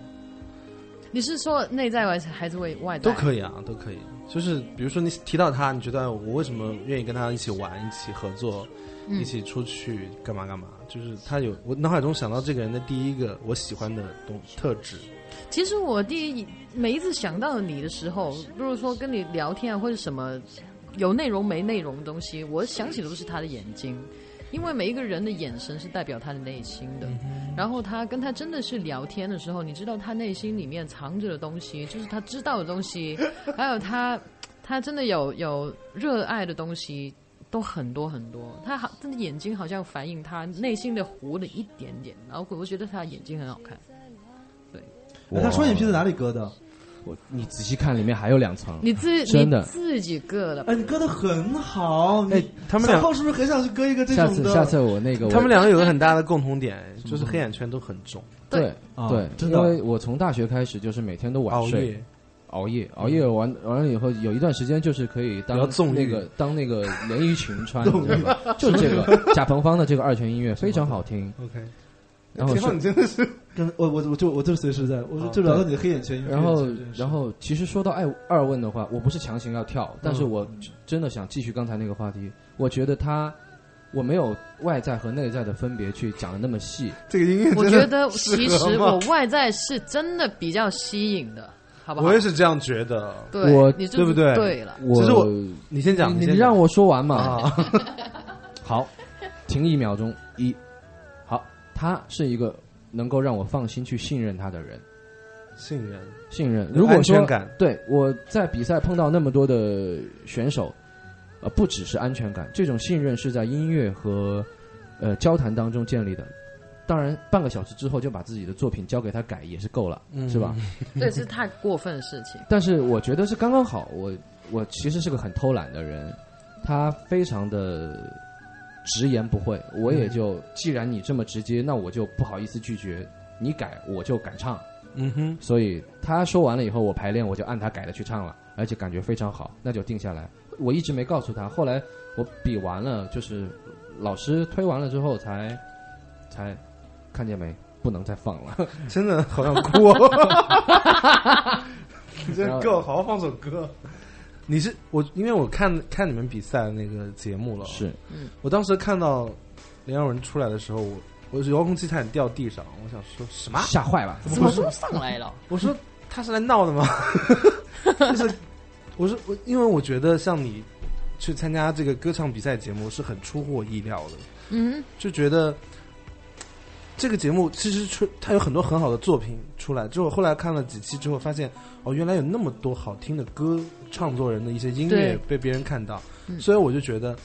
你是说内在还是还是外外都在？可以啊，都可以。就是比如说你提到他，你觉得哎我为什么愿意跟他一起玩、一起合作、嗯一起出去干嘛干嘛？就是他有我脑海中想到这个人的第一个我喜欢的东特质，其实我第一每一次想到你的时候，比如说跟你聊天啊，或者什么有内容没内容的东西，我想起的都是他的眼睛，因为每一个人的眼神是代表他的内心的。然后他跟他真的是聊天的时候，你知道他内心里面藏着的东西，就是他知道的东西，还有他他真的有有热爱的东西。都很多很多，他好，他的眼睛好像反映他内心的湖的一点点，然后我觉得他的眼睛很好看。哎他双眼皮是哪里割的？我你仔细看里面还有两层，你自真的你自己割的吧，哎，你割的很好。你哎他们俩小浩是不是很想去割一个这下种次的？下次我那个我他们两个有个很大的共同 [LAUGHS] 点，就是黑眼圈都很重，对啊对，真的因为我从大学开始就是每天都晚熬睡，夜。熬夜熬夜完完了以后，有一段时间就是可以当嗯比较纵欲那个当那个连衣裙 [LAUGHS] 穿，你知道吧？就是这个贾鹏芳的这个二泉映月非常好听， OK，然后挺好，是你真的是刚我我我就我就随时在，我好就找到你的黑眼圈，嗯因为然后黑眼圈真，的是然后，其实说到爱二问的话，我不是强行要跳，嗯但是我真的想继续刚才那个话题。我觉得他，我没有外在和内在的分别去讲的那么细。这个音乐我 [LAUGHS] 真觉的得适其合实吗我外在是真的比较吸引的，好不好？我也是这样觉得。对，我你就是对不对对了，我其实我你先讲，你先你讲让我说完嘛。啊， [LAUGHS] 好，停一秒钟，一，好，他是一个能够让我放心去信任他的人，信任，信任。有如果安全说感，对我在比赛碰到那么多的选手，呃，不只是安全感，这种信任是在音乐和呃交谈当中建立的。当然，半个小时之后就把自己的作品交给他改也是够了，嗯是吧？这是太过分的事 [LAUGHS] 情。但是我觉得是刚刚好。我我其实是个很偷懒的人，他非常的直言不讳，我也就、既然你这么直接，那我就不好意思拒绝，你改我就敢唱。嗯哼，所以他说完了以后，我排练我就按他改的去唱了，而且感觉非常好，那就定下来。我一直没告诉他，后来我比完了，就是老师推完了之后才才看见没，不能再放了。真的好想哭、哦。 [LAUGHS] 这够，好好放首歌。你是我，因为我看看你们比赛的那个节目了，是我当时看到林耀文出来的时候，我我遥控器差点掉地上，我想说什么？吓坏了，怎么都上来 [LAUGHS] 了？我说他是来闹的吗？ [LAUGHS] 就是我说我，因为我觉得像你去参加这个歌唱比赛节目是很出乎我意料的，嗯，就觉得这个节目其实出它有很多很好的作品出来之后，后来看了几期之后，发现哦，原来有那么多好听的歌，创作人的一些音乐对被别人看到，嗯所以我就觉得，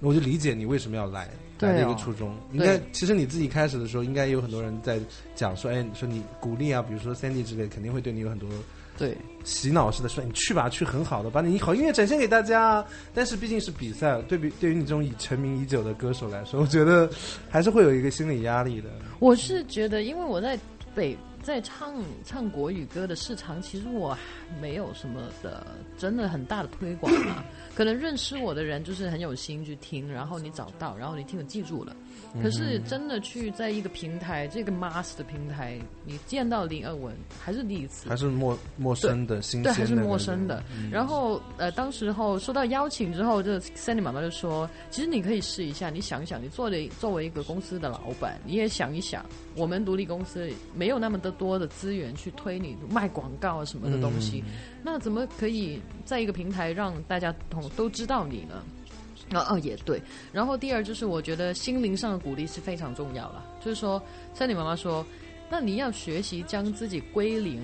我就理解你为什么要来。对来的一个哦初衷，应对该其实你自己开始的时候，应该有很多人在讲说，哎，你说你鼓励啊，比如说 Sandy 之类，肯定会对你有很多对，洗脑式的说，你去吧，去很好的，把你好音乐展现给大家。但是毕竟是比赛，对比对于你这种已成名已久的歌手来说，我觉得还是会有一个心理压力的。我是觉得，因为我在北在唱唱国语歌的市场，其实我没有什么的真的很大的推广啊。可能认识我的人就是很有心去听，然后你找到，然后你听我记住了。可是真的去在一个平台，这个 Mass 的平台，你见到林二文还是第一次，还是陌陌生的、新鲜对，的，嗯还是陌生的。。然后呃，当时候收到邀请之后，就 Sandy 妈妈就说，其实你可以试一下，你想一想，你作为作为一个公司的老板，你也想一想，我们独立公司没有那么的多的资源去推你卖广告啊什么的东西，嗯那怎么可以在一个平台让大家同都知道你呢？啊哦也对，然后第二就是我觉得心灵上的鼓励是非常重要了，就是说，像你妈妈说，那你要学习将自己归零，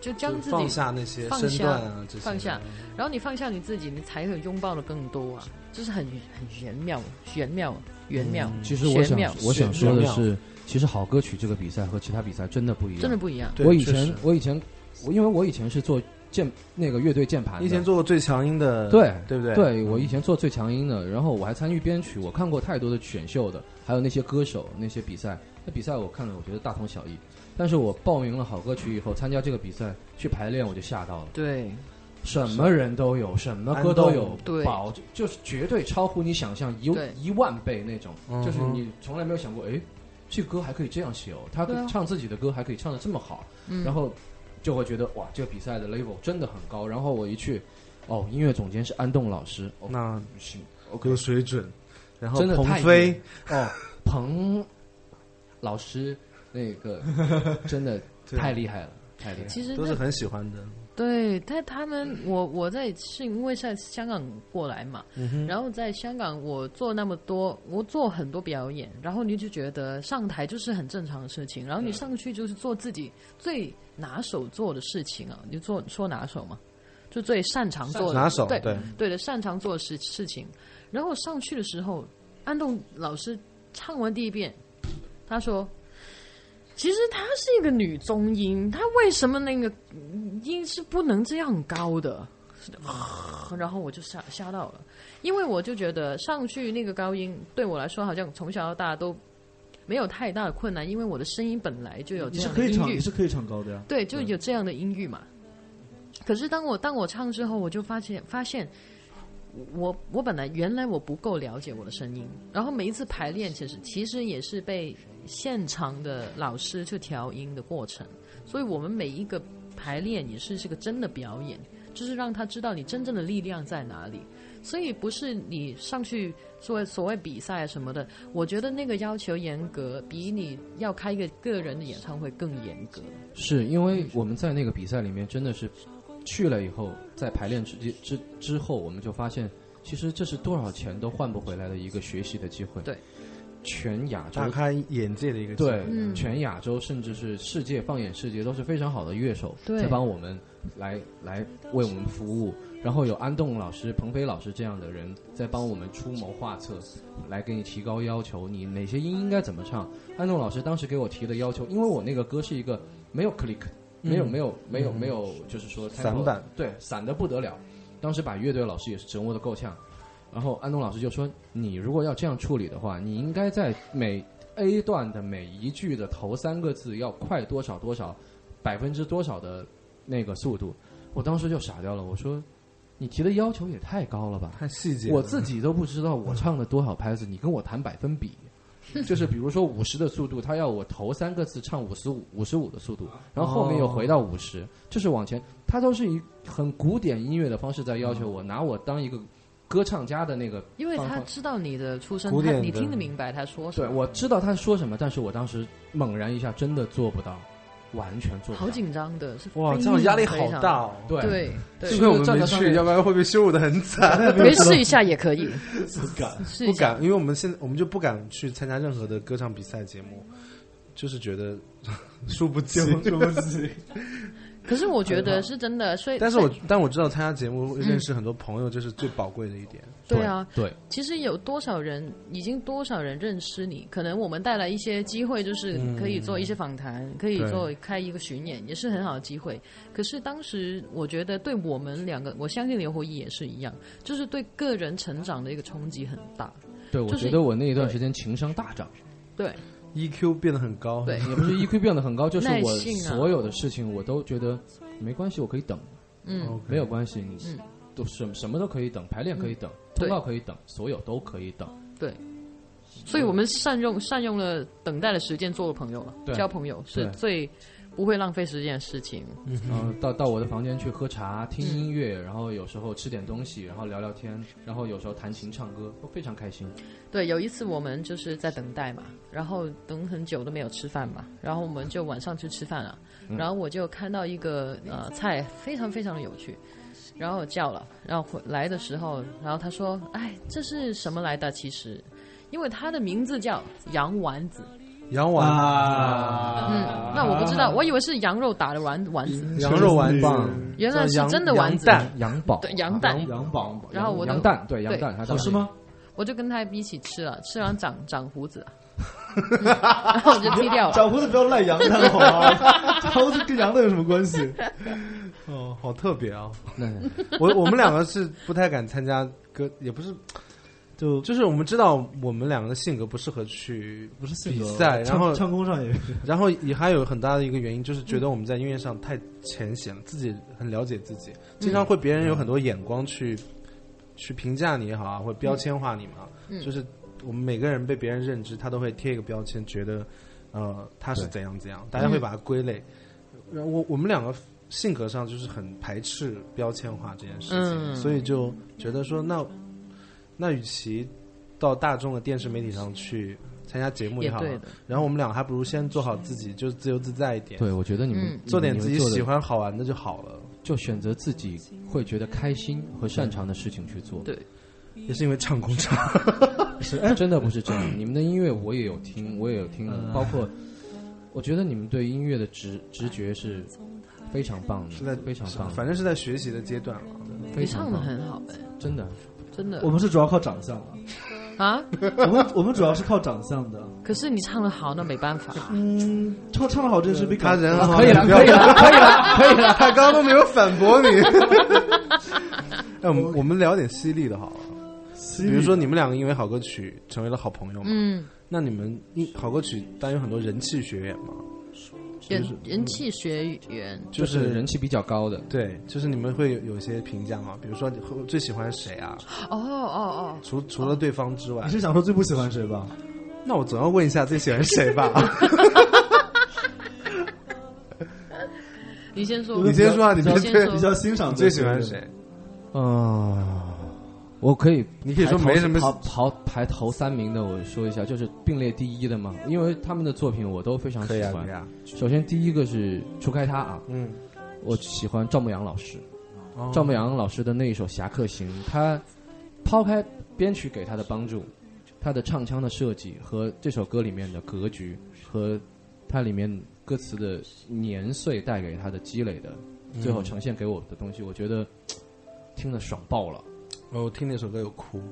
就将就自己放下那些放身下段啊，这些放下然后你放下你自己，你才可以拥抱的更多啊，就是很很玄妙，玄妙，玄妙，嗯其实我玄想妙我想说的玄是，其实好歌曲这个比赛和其他比赛真的不一样。真的不一样。对我以确前实我以前我因为我以前是做键那个乐队键盘的，你以前做过最强音的，对对不对？对我以前做最强音的，然后我还参与编曲，我看过太多的选秀的，还有那些歌手那些比赛，那比赛我看了我觉得大同小异，但是我报名了好歌曲以后，参加这个比赛去排练我就吓到了，对，什么人都有，什么歌都有，对保就是绝对超乎你想象一对一万倍那种，嗯哼就是你从来没有想过，哎，这歌还可以这样写哦，他对啊唱自己的歌还可以唱的这么好，嗯然后就会觉得哇，这个比赛的 level 真的很高。然后我一去，哦，音乐总监是安栋老师，哦，那行有水准。然后真的鹏太飞，哦，彭老师那个真的 [LAUGHS] 对太厉害了，太厉害了。其实都那是很喜欢的。对，但他们我我在是因为在香港过来嘛，嗯然后在香港我做那么多，我做很多表演，然后你就觉得上台就是很正常的事情，然后你上去就是做自己最拿手做的事情啊，你做说拿手嘛，就最擅长做的拿手对对对的，擅长做的事事情。然后上去的时候，安栋老师唱完第一遍，他说：“其实她是一个女中音，她为什么那个嗯音是不能这样高的？” [SIGHS] 是的然后我就吓吓到了，因为我就觉得上去那个高音对我来说，好像从小到大都没有太大的困难，因为我的声音本来就有你这是样可的以音唱，域你。是可以唱高的呀。对，就有这样的音域嘛。可是当我当我唱之后，我就发现发现，我我本来原来我不够了解我的声音，然后每一次排练，其实其实也是被现场的老师去调音的过程，所以我们每一个排练也是是个真的表演，就是让他知道你真正的力量在哪里。所以不是你上去说所谓比赛什么的，我觉得那个要求严格，比你要开一个个人的演唱会更严格。是因为我们在那个比赛里面真的是去了以后，在排练之之之之后，我们就发现，其实这是多少钱都换不回来的一个学习的机会。对，全亚洲打开眼界的一个机会对，嗯全亚洲甚至是世界，放眼世界都是非常好的乐手，对在帮我们来来为我们服务。然后有安栋老师、鹏飞老师这样的人在帮我们出谋划策，来给你提高要求，你哪些音应该怎么唱。安栋老师当时给我提的要求，因为我那个歌是一个没有 click，没有、没有没有没有，就是说散板，对，散的不得了。当时把乐队老师也是折磨的够呛。然后安东老师就说：“你如果要这样处理的话，你应该在每 A 段的每一句的头三个字要快多少多少，百分之多少的那个速度。”我当时就傻掉了，我说：“你提的要求也太高了吧？看细节，我自己都不知道我唱了多少拍子，你跟我谈百分比，就是比如说五十的速度，他要我头三个字唱五十五五十五的速度，然后后面又回到五十，就是往前，他都是以很古典音乐的方式在要求我，拿我当一个歌唱家的那个因为方他法知道你的出身，古他典你的听得明白他说什对，么，我知道他说什么，但是我当时猛然一下真的做不到，完全做不到。好紧张的，是哇，非这样压力常好大。哦。对对对幸亏我们没站在上面去，要不然会被羞辱的很惨。可以试一下也可以，不 [LAUGHS] 敢，试一不下。敢，因为我们现在我们就不敢去参加任何的歌唱比赛节目，就是觉 [LAUGHS] 得输不起。可是我觉得是真的，所以但是我但我知道参加节目认识很多朋友，这是最宝贵的一点。对啊，对，其实有多少人已经多少人认识你？可能我们带来一些机会，就是可以做一些访谈，可以做开一个巡演，也是很好的机会。可是当时我觉得对我们两个，我相信刘胡一也是一样，就是对个人成长的一个冲击很大。对，我就是觉得我那一段时间情商大涨，对 EQ ，E 变得很高，对，也不是 EQ 变得很高，就是耐我性啊所有的事情我都觉得没关系，我可以等。嗯，没有关系，你嗯都什么什么都可以等，排练可以等，对通告可以等，所有都可以等。对。所以我们善用善用了等待的时间，做了朋友了，对交朋友是对最不会浪费时间的事情。嗯然啊后嗯到到我的房间去喝茶、听音嗯乐，然后有时候吃点东西，然后聊聊天，然后有时候弹琴、唱歌，都非常开心。对，有一次我们就是在等待嘛，然后等很久都没有吃饭嘛，然后我们就晚上去吃饭啊了，然后我就看到一个呃菜非常非常的有趣，然后我叫了，然后回来的时候，然后他说：“哎，这是什么来的？”其实，因为它的名字叫羊丸子，羊丸、嗯，啊那我不知道，我以为是羊肉打的丸丸子，羊肉丸棒，原来是叫羊真的丸子。羊蛋羊宝，对羊啊蛋羊羊宝，然后我羊就羊蛋，对羊对蛋，它哦好吃吗？？我就跟他一起吃了，吃完长长胡子了，嗯然后我就剃 [LAUGHS] 掉了。长胡子不要赖羊蛋好 [LAUGHS] 吗？长胡子跟羊蛋有什么关系？哦，好特别啊！那 [LAUGHS] 我我们两个是不太敢参加歌，也不是，就就是我们知道我们两个的性格不适合去，不是性格比赛唱然后唱功上也是然后也还有很大的一个原因就是觉得我们在音乐上太浅显了，自己很了解自己，经常会别人有很多眼光去、去评价你也好啊，或者标签化你嘛，嗯就是我们每个人被别人认知，他都会贴一个标签，觉得呃他是怎样怎样，大家嗯会把它归类。然后我我们两个性格上就是很排斥标签化这件事情，嗯所以就觉得说那那与其到大众的电视媒体上去参加节目也好对啊的，然后我们俩还不如先做好自己，就是自由自在一点，对，我觉得你们嗯做点自己喜，你们欢好玩的就好了。的就选择自己会觉得开心和擅长的事情去做。对嗯也是因为唱功差， [LAUGHS] 真的不是这样。你们的音乐我也有听，我也有听，包括我觉得你们对音乐的直直觉是非常棒的，是在 [LAUGHS] 非常棒，反正是在学习的阶段啊了。非你常唱的棒，很好哎、真的。真的我们是主要靠长相啊，啊！[LAUGHS] 我们我们主要是靠长相的。可是你唱的好，那没办法。嗯，唱唱的好这件事比他感人好，啊可以了，可以了。了，可以了，可以了。他刚刚都没有反 [LAUGHS] 驳你。哎，我们我们聊点犀利的好了，犀比利如说你们两个因为好歌曲成为了好朋友嘛，嗯，那你们因好歌曲当然有很多人气学员嘛，人人气学员，就是人气比较高的，对，就是你们会有有一些评价吗？比如说你会最喜欢谁啊？哦哦除除了对方之 [LAUGHS] 外你，是想说最不喜欢谁吧？那我总要问一下最喜欢谁 [LAUGHS] 吧？哦，你先说，你先说啊，你别你先对说比较欣赏你的最喜欢谁？？嗯，我可以，哦你可以说排头没什么排排排头三名的，我说一下，就是并列第一的嘛，因为他们的作品我都非常可喜以啊，欢。可以啊，首先第一个是除开他啊，嗯，我喜欢赵牧阳老师，赵牧阳老师的那一首《侠客行》，他抛开编曲给他的帮助，他的唱腔的设计和这首歌里面的格局和它里面歌词的年岁带给他的积累的，最后呈现给我的东西，我觉得听得爽爆了，哦我听那首歌有哭，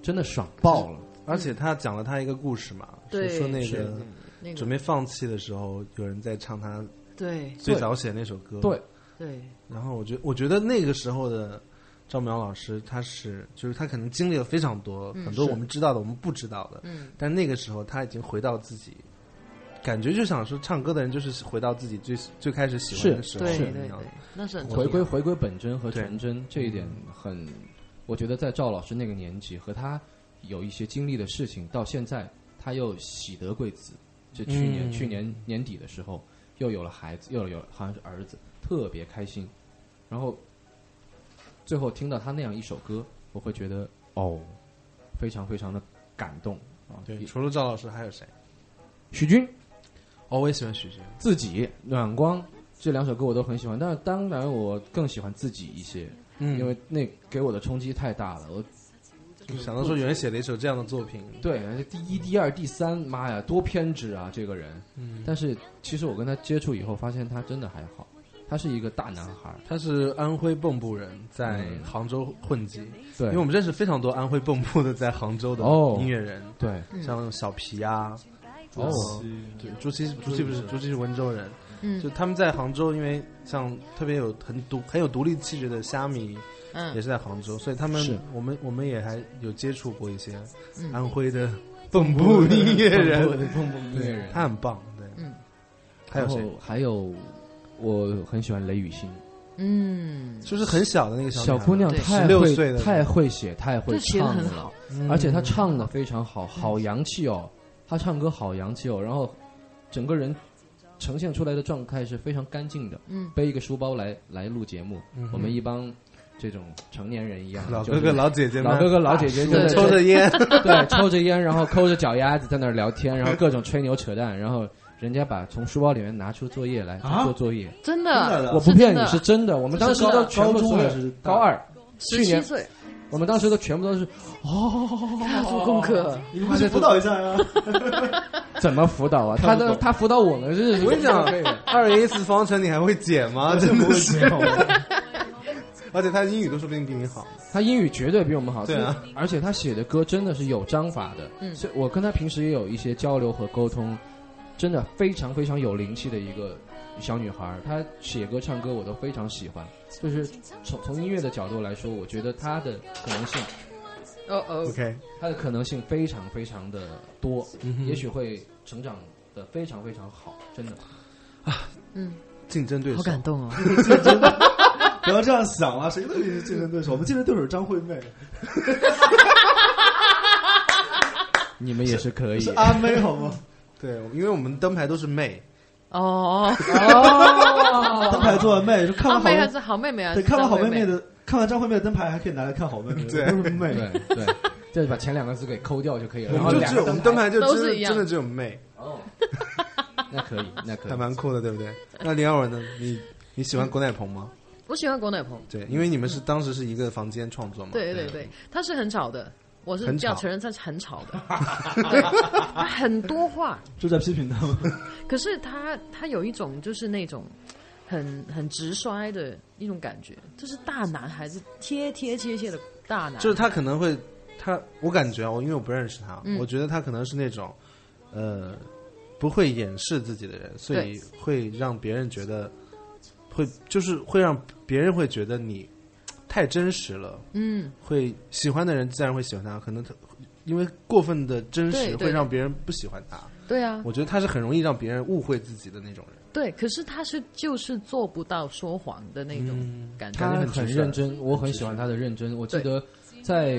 真的爽爆了。而且他讲了他一个故事嘛，对是说那是个那个准备放弃的时候，有人在唱他对最早写的那首歌，对，对然后我觉我觉得那个时候的赵淼老师，他是就是他可能经历了非常多、嗯很多是我们知道的，我们不知道的，嗯但那个时候他已经回到自己，感觉就想说唱歌的人就是回到自己最最开始喜欢的时候对对那对样，，那是很重回要归回归本真和对纯真这一点很，我觉得在赵老师那个年纪和他有一些经历的事情，到现在他又喜得贵子，就去年、嗯去年年底的时候又有了孩子，又有好像是儿子，特别开心。然后最后听到他那样一首歌，我会觉得哦，非常非常的感动啊！哦对，也除了赵老师还有谁？许军哦，我也喜欢许军，自己暖光这两首歌我都很喜欢，但是当然我更喜欢自己一些。嗯因为那给我的冲击太大了。我想到说有人写了一首这样的作品，对第一、第二、第三，妈呀，多偏执啊！这个人，嗯，但是其实我跟他接触以后，发现他真的还好，他是一个大男孩儿。他是安徽蚌埠人，在嗯杭州混迹，对，因为我们认识非常多安徽蚌埠的在杭州的哦音乐人，对嗯像小皮啊，哦对，朱熹朱熹不是朱熹是温州人，就嗯他们在杭州，因为像特别有很独很有独立气质的虾米也嗯是在杭州，所以他们是我们我们也还有接触过一些嗯安徽的蚌埠音乐人，碰碰音乐人。他很棒，对，嗯还有谁？？还有，我很喜欢雷雨欣，嗯，就是很小的那个小小姑娘对太16会岁的太会写，太会这写的唱很了好，，女孩，而且她唱的非常好，好洋气哦。她唱歌好洋气哦，然后整个人呈现出来的状态是非常干净的。嗯背一个书包来来录节目，嗯哼我们一帮这种成年人一样，老就是哥哥老姐姐们，老哥哥老姐姐就对在抽着烟，对抽着烟，然后抠着脚丫子在那儿聊天，然后各种吹牛扯淡，然后人家把从书包里面拿出作业来啊做作业，真真的的，啊我不骗你是真的，我们当时都这是高全部高中所有还是大高二，十去七年岁我们当时都全部都是他做功课，你们快去辅导一下 [LAUGHS] 呀！怎么辅导啊？他都他辅导我们是，我跟你讲对二 a 次方程你还会解吗？啊真的是，而且他英语都说不定比你好。他英语绝对比我们好，对啊所以，而且他写的歌真的是有章法的，嗯所以我跟他平时也有一些交流和沟通，真的非常非常有灵气的一个小女孩儿，她写歌唱歌我都非常喜欢，就是从从音乐的角度来说，我觉得她的可能性，哦哦， OK，她的可能性非常非常的多，也许会成长的非常非常好，真的。嗯，竞争对好手，感动哦， [LAUGHS] 不要这样想啊，谁都是竞争对手。我们竞争对手是张惠妹，你们也是可以，是阿妹，好吗？对，因为我们灯牌都是妹，哦 [LAUGHS] 灯哦，牌做完妹，就看好完好妹还是好妹妹啊？对，看完好妹妹妹，的，看完张惠妹的灯牌，还可以拿来看好妹妹，对都 [LAUGHS] 是妹。对对，这把前两个字给抠掉就可以了，我然后们就两只个有我们灯牌灯牌就都真是一的样真的只有妹，哦，那可以，那可以还，蛮酷的，对不对？那林二文呢？你你喜欢郭乃鹏吗？我喜欢郭乃鹏，对，因为你们是当时是一个房间创作嘛。对哦对对，他是很吵的，我是很吵要承认他是很吵的，对他很多话，就在批评他们。可是他他有一种就是那种很很直率的一种感觉，就是大男孩子贴贴切切的大男，就是他可能会，他我感觉啊我因为我不认识他，嗯我觉得他可能是那种，呃，不会掩饰自己的人，所以会让别人觉得，会就是会让别人会觉得你太真实了，嗯会喜欢的人自然会喜欢他，可能他因为过分的真对实对会让别人不喜欢他。对啊，我觉得他是很容易让别人误会自己的 [LAUGHS] 那种人。对，可是他是就是做不到说谎的那种感觉。感觉很他很直率认真，我很喜欢他的认真。我记得在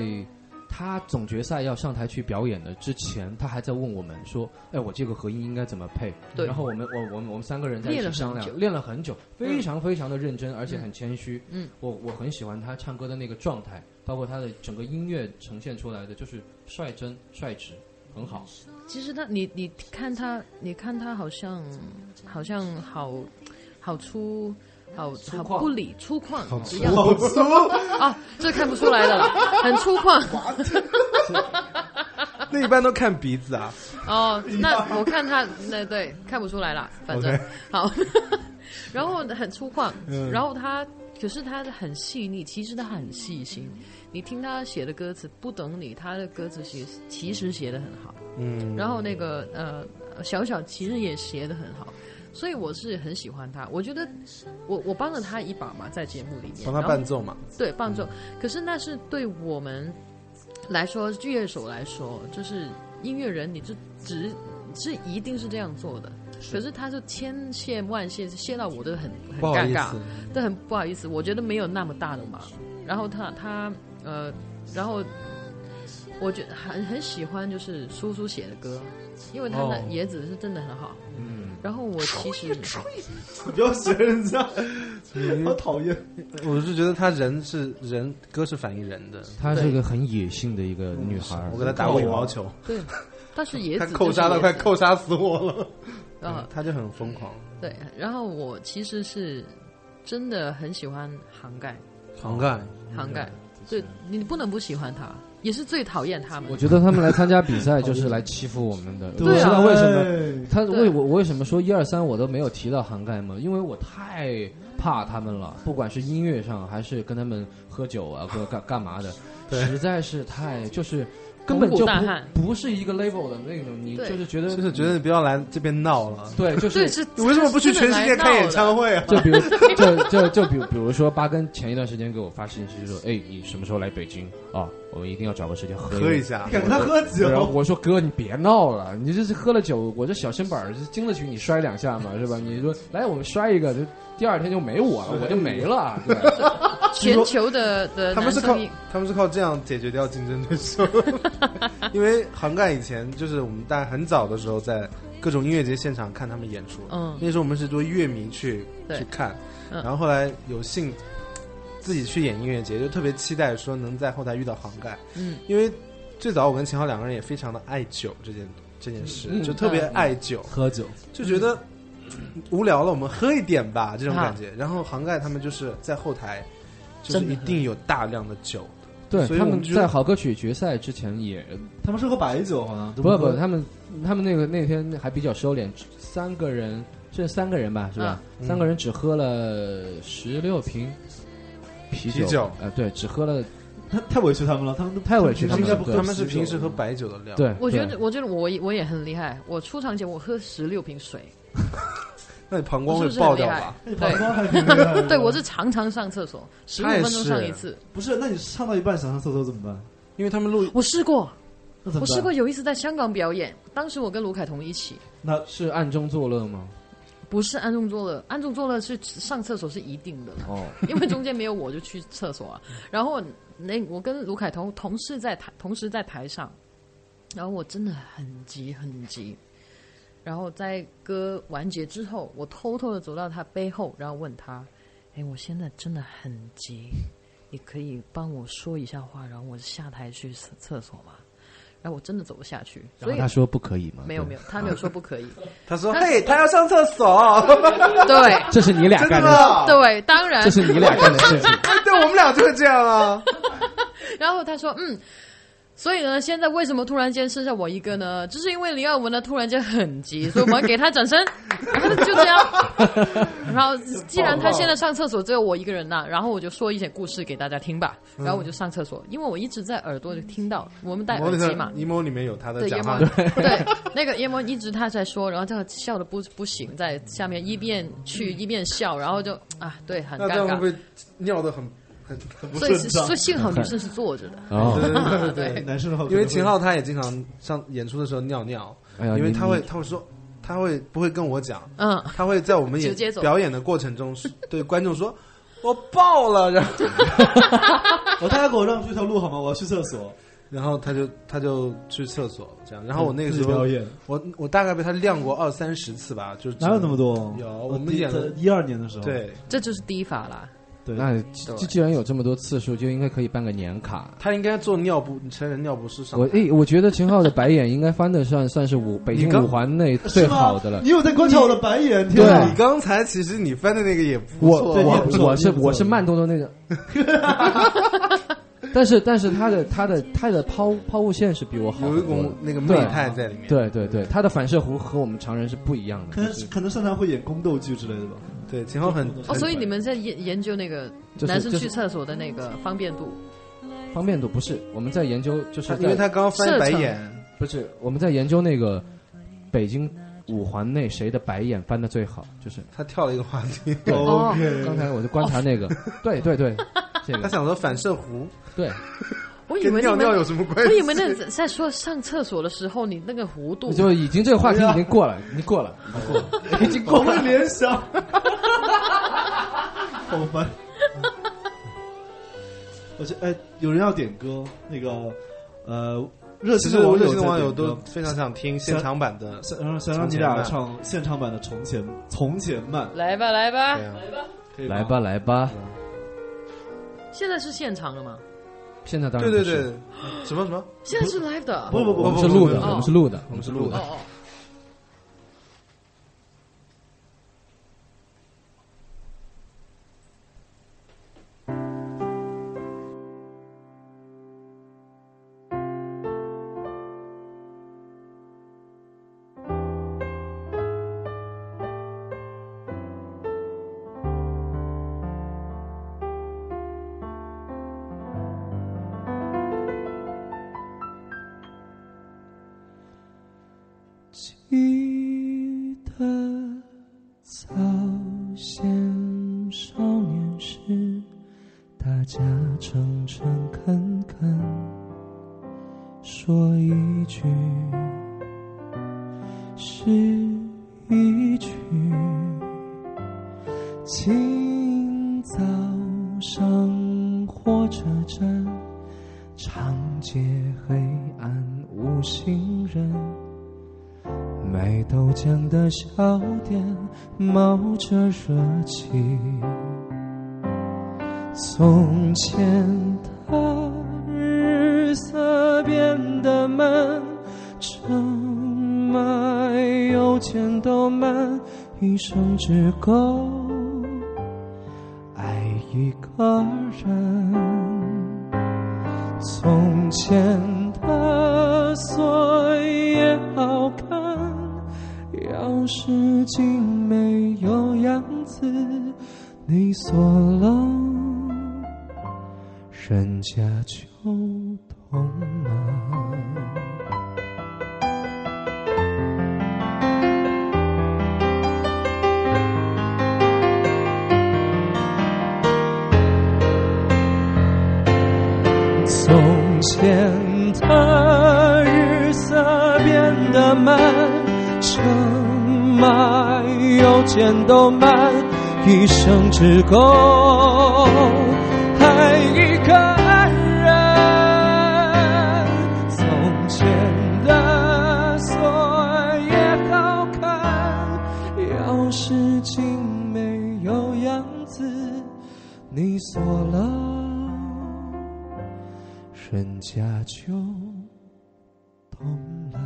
他总决赛要上台去表演的之前，他还在问我们说：“哎，我这个合音应该怎么配？”对然后我们我我们我们三个人在一练了起很商久量，练了很久，非常非常的认真，而且很谦虚。嗯，我我很喜欢他唱歌的那个状态，包括他的整个音乐呈现出来的就是率真率直，很好。其实他，你你看他，你看他好像好像好好粗。好好犷不理粗犷，好粗 [LAUGHS] [LAUGHS] 啊，这看不出来的了，很粗犷那一般都看鼻 [LAUGHS] 子啊，哦。那我看他，那对看不出来啦，反正 OK 好。 [LAUGHS] 然后很粗犷，嗯然后他可是他很细腻，其实他很细心。你听他写的歌词，不懂你，他的歌词写其实写的很好。嗯，然后那个呃，小小其实也写的很好，所以我是很喜欢他。我觉得我我帮了他一把嘛，在节目里面帮他然后伴奏嘛，对伴奏，可是那是对我们来说，剧乐手来说，就是音乐人，你就只是一定是这样做的。可是他就千谢万谢，谢到我都很很不好尴意尬思，，这很不好意思，我觉得没有那么大的忙。然后他他呃，然后我觉得很很喜欢就是叔叔写的歌，因为他的哦野子是真的很好。嗯，然后我其实 [LAUGHS] 你不要学人家，嗯 [LAUGHS] 好讨厌。我是觉得他人是人，歌是反映人的。她是个很野性嗯的一个女孩儿。我给他打过羽毛球，对，但是野他子扣杀了了，快扣杀死我了。嗯啊、他就很疯狂，对，然后我其实是真的很喜欢涵盖涵盖涵盖，嗯对你不能不喜欢他，也是最讨厌他们。我觉得他们来参加比赛就是来欺负我们的，我不对知啊道为什么。哎他对为我我为什么说一二三我都没有提到涵盖吗？因为我太怕他们了，不管是音乐上还是跟他们喝酒 [LAUGHS] 啊或者干干嘛的，实在是太就是根本蒙古就大汉不不是一个 level 的那种，你对就是觉得就是觉得你不要来这边闹了。嗯对，就对，是是你为什么不去全世界开演唱会啊？就比如就就就比如比如说八根前一段时间给我发信息说，哎，你什么时候来北京啊？我们一定要找个时间喝喝一一下。下，敢跟他嗯喝酒啊然后我说哥，你别闹了，你这是喝了酒，我这小身板儿是经得起你摔两下嘛，是吧？你说来，我们摔一个，就第二天就没我了，我就没了。对 [LAUGHS] 吧全球的的他男们是靠生音他们是靠这样解决掉竞争 [LAUGHS] 对手，因为涵盖以前就是我们大家很早的时候在各种音乐节现场看他们演出，嗯那时候我们是作为乐迷去对去看，嗯然后后来有幸自己去演音乐节，就特别期待说能在后台遇到涵盖，嗯因为最早我跟秦昊两个人也非常的爱酒这件这件事，嗯就特别爱酒，喝酒，嗯就觉得无聊了，我们喝一点吧这种感觉。然后涵盖他们就是在后台，就是真的一定有大量的酒，对，所以他我们们就在好歌曲决赛之前也他们是喝白酒，好像不不，他们他们那个那天还比较收敛，三个人是三个人吧，是吧？嗯三个人只喝了十六瓶啤啤酒呃，对，只喝了，他太委屈他们了，他们都太委嗯屈他他们们应该了不喝对啤酒，他们是平时喝白酒的量。，对，我觉得对我觉得我也我也很厉害，我出场前我喝十六瓶 [LAUGHS] 水，那你膀胱我会是不是爆很厉掉害吧？？膀对。胱还挺厉害 [LAUGHS] 的对，我是常常上厕所，十五他也分钟是上一次。不是？那你唱到一半想上厕所怎么办？因为他们录我试过，那怎么办？我试过有一次在香港表演，当时我跟卢凯彤一起，那是暗中作乐吗？不是暗中作乐，暗中作乐是上厕所是一定的，哦，因为中间没有我就去厕所啊。然后那我跟卢凯彤同事在台，同时在台上，然后我真的很急很急。然后在歌完结之后，我偷偷的走到他背后，然后问他：“哎，我现在真的很急，你可以帮我说一下话，然后我下台去厕厕所吗？”然后我真的走下去，然所后以他说不可以吗？没有对没有，他没有说不可以。他说：“嘿，他要上厕 [LAUGHS] 所。对这是你俩真的干吗的，对，当然 [LAUGHS] 这是你俩干的事情。”对，我们俩就会这样啊。然后他说，嗯。所以呢，现在为什么突然间剩下我一个呢？就是因为林耀文呢突然间很急，所以我们给他掌 [LAUGHS] 声，然后就这样。然后既然他现在上厕所只有我一个人呐、然后我就说一些故事给大家听吧。嗯然后我就上厕所，因为我一直在耳朵就听到，我们戴摩耳里机特嘛，尼摩里面有他的对，嗯讲叶话梦，对， [LAUGHS] 那个叶梦一直他在说，然后他笑的不不行，在下面一边去一边笑，然后就啊，对，很那尴这样会尬不。会尿的很很很不所以顺是畅所以幸好女 [LAUGHS] 生是坐着的， [LAUGHS] 啊哦，对对对对对。男生的话，因为秦昊他也经常上演出的时候尿尿，哎啊呀，因为你他你会他会说，他会不会跟我讲，嗯，他会在 [LAUGHS] 我们演直接走表演的过程中对观众说。我爆了，然后我大家给我让出一条路好吗？我要去厕所。然后他就他就去厕所这样，然后我那个时自己候表演，我我大概被他亮过二三十次吧，就是哪有那么多？哦有我们演了一二年的时候，对，这就是第一法啦。对，那既既既然有这么多次数，就应该可以办个年卡。他应该做尿不成人尿不湿上我诶，我觉得秦昊的白眼应该翻得上算是五北京你刚五环内最好的了你。有在观察我的白眼？天对哪你刚才其实你翻的那个也不我错，啊啊对我也不错我是也不错我是慢动 [LAUGHS] 作那种，但是但是他的他的他的抛抛物线是比我好有一很多的股。那个媚对态在里面。对对对，他的反射弧和我们常人是不一样可的，能可能上台会演宫斗剧之类的吧。对，秦昊很哦，很所以你们在研研究那个就是男生就去是厕所的那个方便度，方便度不是。我们在研究，就是他在因为他刚刚翻白眼，不是我们在研究那个北京五环内谁的白眼翻的最好，就是他跳了一个话题，对哦哦 OK，刚才我就观察那个，对对对，这他 [LAUGHS] 个想说反射弧对，我以跟为你尿们尿有，什么关我系？以为 [LAUGHS] 那在说上厕所的时候，你那个弧度我哎就已经这个话题已经过了，已经过了，已经过我了，会联 [LAUGHS] 想，好烦。而且，哎，有人要点歌，那个，呃，热其实心的我网认识的友在网友点都歌，非常想听现场版的，想让想让你俩唱现场版的《从前从前慢来吧来吧对，啊，》，可以吗来，吧来吧，现在是现场了吗？现在当对然对不是对，什么什么，现在是 live 的，不不不我不们是不录的，不我们是录的，我们是录哦的，哦，记得早先少年时，大家诚诚恳恳说一句是一句。今早生活着这长街黑暗无行人。卖豆浆的小店冒着热气。从前的日色变得慢，沉默有钱都慢，一生只够爱一个人。从前的锁也好看，钥匙竟没有样子，你锁了，人家就懂了。从前的日色变得慢，尘埃邮件都慢，一生只够爱一个人。从前的锁也好看，钥匙竟没有样子，你锁了。人家就懂了。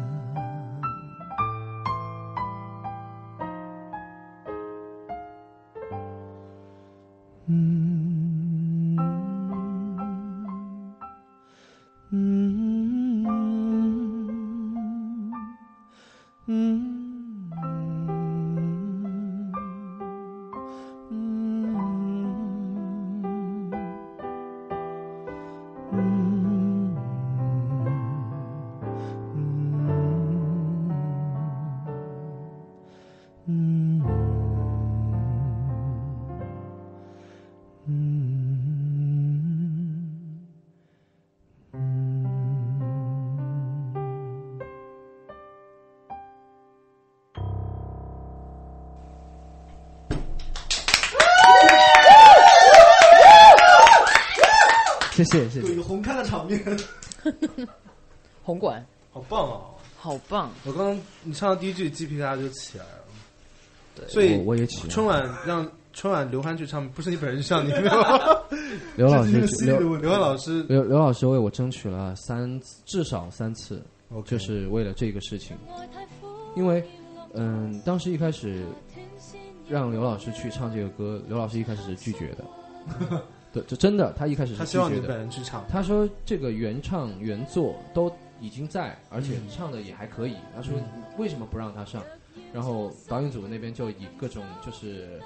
嗯嗯嗯嗯嗯嗯嗯嗯谢谢谢有谢一。个红咖的场面，红馆 [LAUGHS] 好棒哦！好棒，我刚刚你唱到第一句，鸡皮疙瘩就起来了。对所以我我也起了春晚让春晚刘欢去唱，不是你本人去唱，你没有刘老 [LAUGHS] 这是一师个犀利的刘问题。刘欢老师刘刘老师为我争取了三次至少三次， OK 就是为了这个事情，因为嗯，当时一开始让刘老师去唱这个歌，刘老师一开始是拒绝的， [LAUGHS] 对，这真的，他一开始是他拒希望你绝本的。人去唱。他说这个原唱原作都已经在，而且嗯唱的也还可以。他说为什么不让他上？然后导演组那边就以各种就是，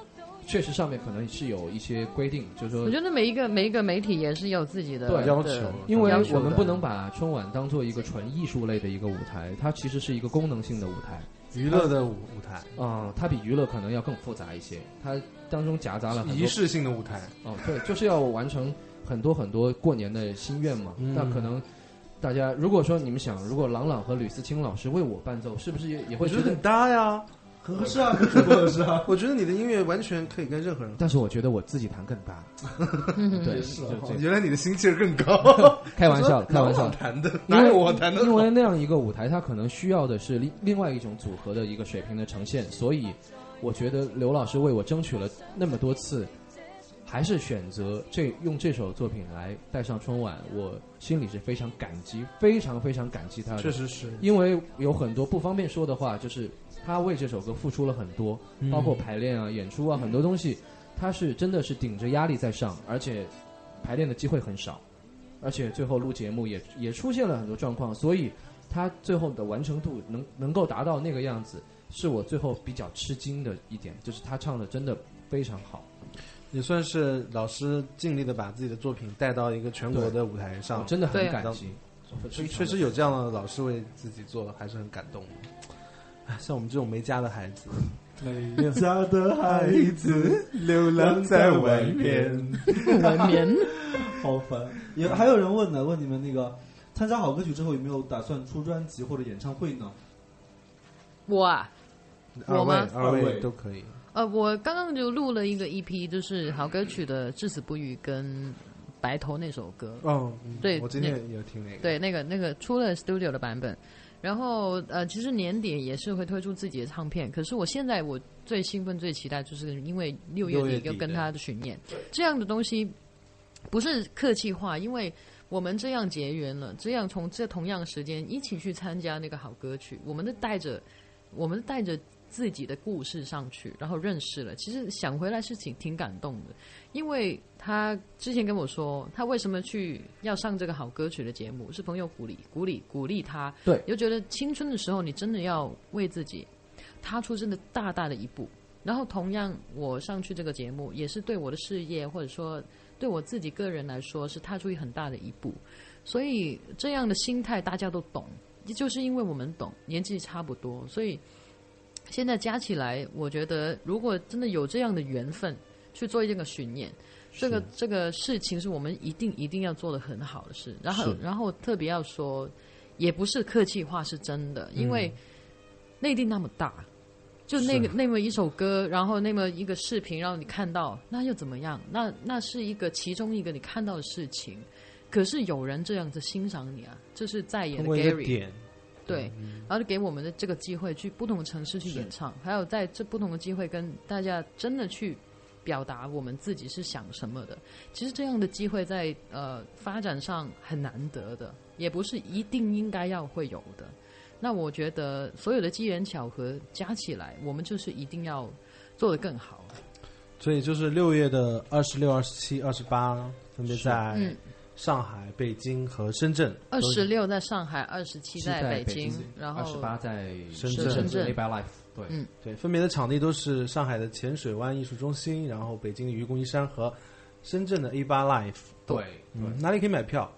确实上面可能是有一些规定，就是说我觉得每一个每一个媒体也是有自己的对啊要的求因为要求我们的不 [LAUGHS] 能把春晚当做一个纯艺术类的一个舞台，它其实是一个功能性的舞台。娱乐的舞舞台，啊、它比娱乐可能要更复杂一些，它当中夹杂了啊很仪多。式性的舞台。哦，对，就是要完成很多很多过年的心愿嘛。嗯那可能大家如果说你们想，如果郎朗和吕思清老师为我伴奏，是不是也也我会觉觉得得很？搭呀，很合适啊，很合适啊。我觉得你的音乐完全可以跟任何人。但是我觉得我自己弹更搭。嗯对，就这样哦原来你的心气儿更高， [LAUGHS] 开玩笑，开哪玩有笑我。弹的，因 [LAUGHS] 哪为有我弹的好？因为那样一个舞台，它可能需要的是另另外一种组合的一个水平的呈现，所以我觉得刘老师为我争取了那么多次，还是选择这用这首作品来带上春晚，我心里是非常感激，非常非常感激他的。确实是，因为有很多不方便说的话，就是他为这首歌付出了很多，包括排练啊、演出啊很多东西，他是真的是顶着压力在上，而且排练的机会很少，而且最后录节目也也出现了很多状况，所以他最后的完成度能能够达到那个样子，是我最后比较吃惊的一点，就是他唱的真的非常好。也算是老师尽力的把自己的作品带到一个全国的舞台我上。哦真的很对感激，我非常确实有这样的老师为自己做，还是很感动的。唉像我们这种没家的孩子，每家的孩 [LAUGHS] 子 [LAUGHS] 流浪在外面，晚 [LAUGHS] 年 [LAUGHS] 好烦。也还有人问呢，问你们那个参加好歌曲之后有没有打算出专辑或者演唱会呢？我啊，二我位吗二二位位都可以。呃，我刚刚就录了一个 EP，就是好歌曲的《至死不渝》跟《白头》那首歌。哦，对我今天也有听那个。对，那个那个出了 studio 的版本，然后呃，其实年底也是会推出自己的唱片。可是我现在我最兴奋、最期待，就是因为六六月月底底要跟的他的巡演，这样的东西不是客气话，因为我们这样结缘了，这样从这同样时间一起去参加那个好歌曲，我们都带着我们带着自己的故事上去，然后认识了。其实想回来是挺挺感动的，因为他之前跟我说，他为什么去要上这个好歌曲的节目，是朋友鼓励鼓励鼓励他，对又觉得青春的时候你真的要为自己踏出真的大大的一步。然后同样，我上去这个节目也是对我的事业或者说对我自己个人来说是踏出很大的一步，所以这样的心态大家都懂，就是因为我们懂，年纪差不多，所以现在加起来，我觉得如果真的有这样的缘分去做这个巡演，这个这个事情是我们一定一定要做的很好的事。然后是然后特别要说，也不是客气话，是真的，因为内地那么大。就那个那么一首歌，然后那么一个视频，让你看到，那又怎么样？那那是一个其中一个你看到的事情，可是有人这样子欣赏你啊，这是在野通的过一个 Gary，点，嗯对，然后就给我们的这个机会去不同的城市去演唱，还有在这不同的机会跟大家真的去表达我们自己是想什么的。其实这样的机会在呃发展上很难得的，也不是一定应该要会有的。那我觉得所有的机缘巧合加起来，我们就是一定要做得更好。所以就是六月的二十六、二十七、二十八，分别哎在嗯上海、北京和深圳。二都十六在上海，二十七在北京，然二十后八在深圳深圳 A by Life 对。嗯对，分别的场地都是上海的浅水湾艺术中心，然后北京的愚公移山和深圳的 A 八 Life。对对嗯，哪里可以买票？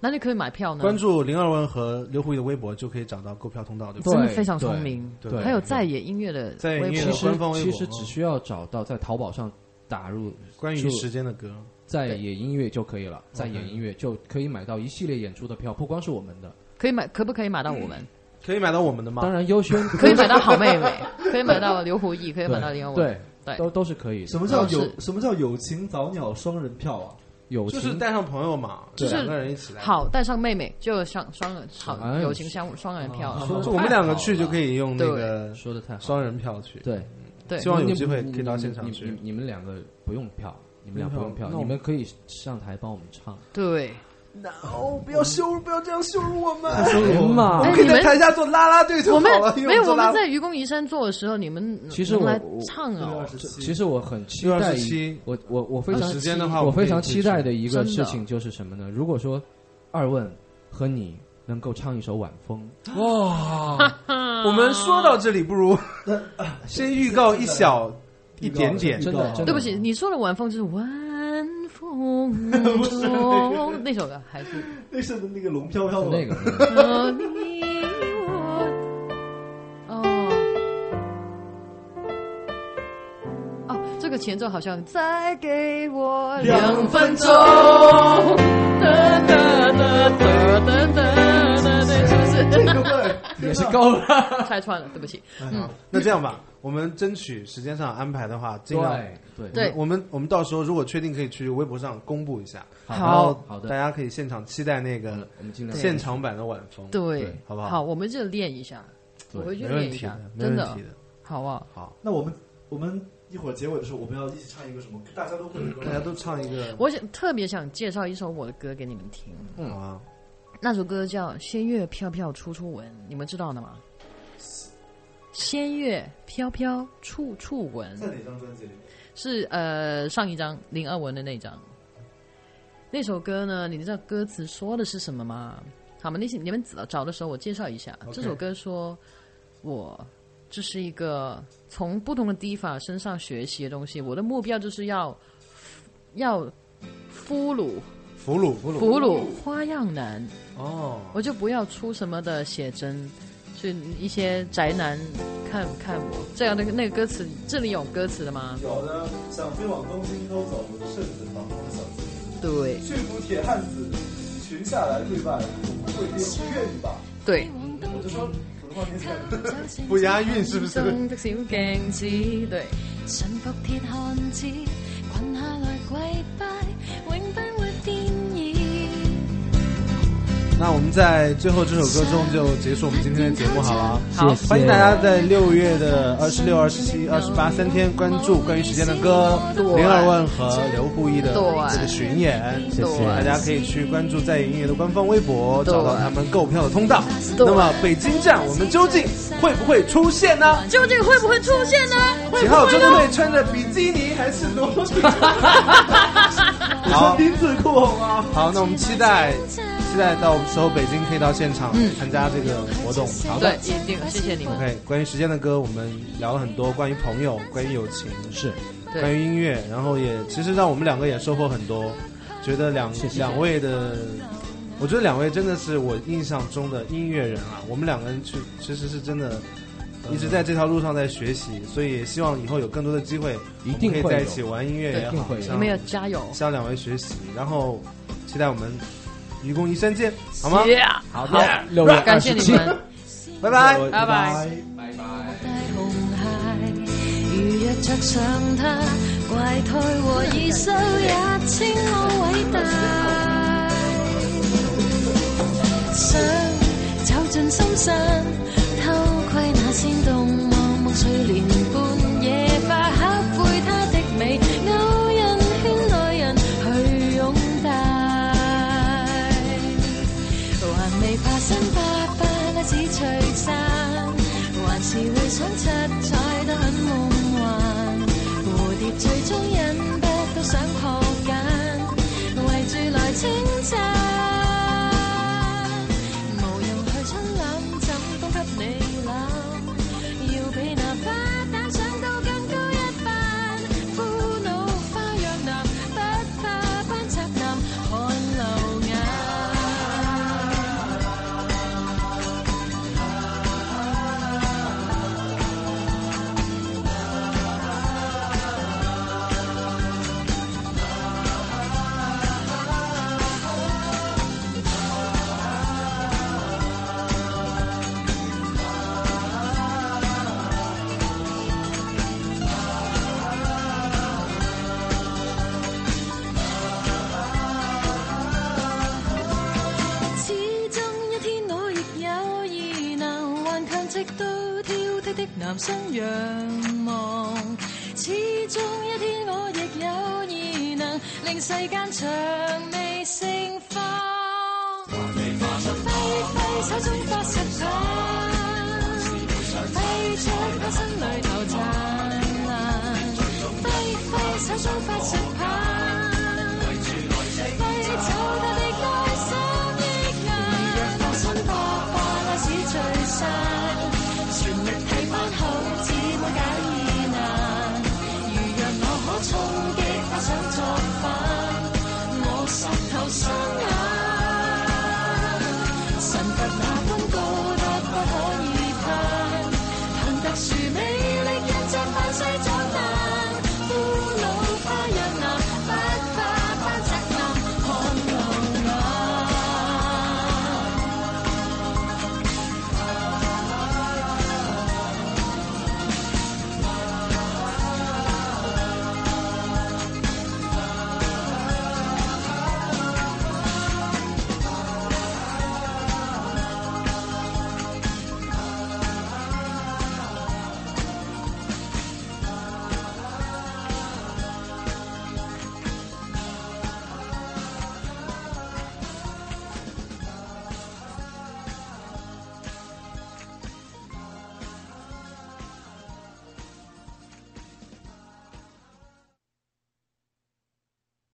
哪里可以买票呢？关注林二文和刘胡一的微博就可以找到购票通道，对吧？对真的非常聪明。对对还有在野音乐的在野微音乐其博，实官方微博其实只需要找到在淘宝上打入关于就时间的歌，在野音乐就可以了，在嗯野音乐就可以买到一系列演出的票，不光是我们的，可以买，可不可以买到我们？可以买到我们的吗？当然优先可以买到好妹妹，可以买到刘胡毅，可以买到林文。对对嗯都都是可以的。什么叫是友？什么叫友情早鸟双人票啊？友就是情带上朋友嘛，就是两个人一起来。好，带上妹妹就像双人好哎友情相双人票，说就我们两个去就可以用那对个说的太好，双人票去。对，对希望有机会可以到现场你去你你你们两个不用票，你们俩不用票，那我你们可以上台帮我们唱。对。 No，不要羞辱，不要这样羞辱我们。 [LAUGHS] 行嘛哎我可以你在们台下做啦啦队啊就我好哎了。们因没为有做我啦们在愚公移山做的时候，你们其实能我来我唱哦，其实我很期六待二十七，我我我非有常呃时间的话我啊我们非可以常去期待的一个真事的情就是什么呢？如果说二问和你能够唱一首《晚风》，哇，我们说到这里，不如 [LAUGHS] 先预告一 [LAUGHS] 小一点点。啊真的真的对不起，你说的晚风就是晚风中那首歌，还是那是那个龙飘飘是的那个，那 [LAUGHS] 个呃你我哦哦，这个前奏好像再给我两分钟，噔噔噔噔噔噔噔，对，是不是？ [LAUGHS] 也也是高了。拆穿了，对不起。好那这样吧，我们争取时间上安排的话，尽量。对对我们我们到时候如果确定可以去微博上公布一下，好好大的，嗯家可以现场期待那个我们尽量现场版的晚风，对，好不好好，我们就练一下，我回去没练问一题下的，，没真问的题的。好不好？好，那我们我们一会儿结尾的时候，我们要一起唱一个什么？大家都会有一个大家都唱一个，我想特别想介绍一首我的歌给你们听，好啊，那首歌叫《仙乐飘飘处处闻》，你们知道的吗？仙乐飘飘处处闻在哪张专辑里？是呃上一张林二文的那张，那首歌呢，你知道歌词说的是什么吗？好吗？那些你们找找的时候，我介绍一下 OK 这首歌说，我这是一个从不同的地方身上学习的东西，我的目标就是要要俘虏俘虏俘俘虏花样男。哦，我就不要出什么的写真，就一些宅男看看我这样的那个歌词，这里有歌词的吗？有的想飞往东京都走，甚至彷徨小径，对驯服铁汉子，裙下来跪拜，不跪地愿意吧？对。我就说普通话念起来。不押韵是不是？中的小鏡子，對，臣服鐵漢子，裙下來跪拜，永不會變異。那我们在最后这首歌中就结束我们今天的节目好了。啊好谢谢欢迎大家在六月的二十六、二十七、二十八三天关注关于时间的歌对林二问和刘布衣的对这个巡演，谢谢大家可以去关注在营音乐的官方微博，对找到他们购票的通道。对那么北京站我们究竟会不会出现呢？究竟会不会出現呢？秦昊真的会穿着比基尼还是裸 [LAUGHS] 体？好，丁字裤好吗？好，那我们期待，期待到时候北京可以到现场参加这个活动。好的嗯对，一定，謝謝你們。 ，OK。关于时间的歌，我们聊了很多关于朋友、关于友情、是对关于音乐，然后也其实让我们两个也收获很多，觉得两两位的。我觉得两位真的是我印象中的音乐人啊，我们两个人去其实是真的嗯一直在这条路上在学习，所以也希望以后有更多的机会，一定我们会有可以在一起玩音乐也一定好，会有你向们要加油，向两位学习，然后期待我们愚公移山见，好吗？ Yeah，好的，六月感二謝十你七，們，拜拜。拜拜。戴紅鞋，如若着上它，怪胎和異獸也稱我偉大。想走進深山，偷窺那仙洞，望望睡蓮般野花，刻背它的美，勾引圈內人去擁戴。還未怕新爸爸那紫翠山，還是會想七彩得很夢幻。蝴蝶最終忍不到想學揀，圍住來稱讚。無用去春攬，怎都給你攬，要比那花旦南星仰望，始終一天我亦有異能，令世間長未盛放。揮揮手中發實棒，揮出他心裏頭讚。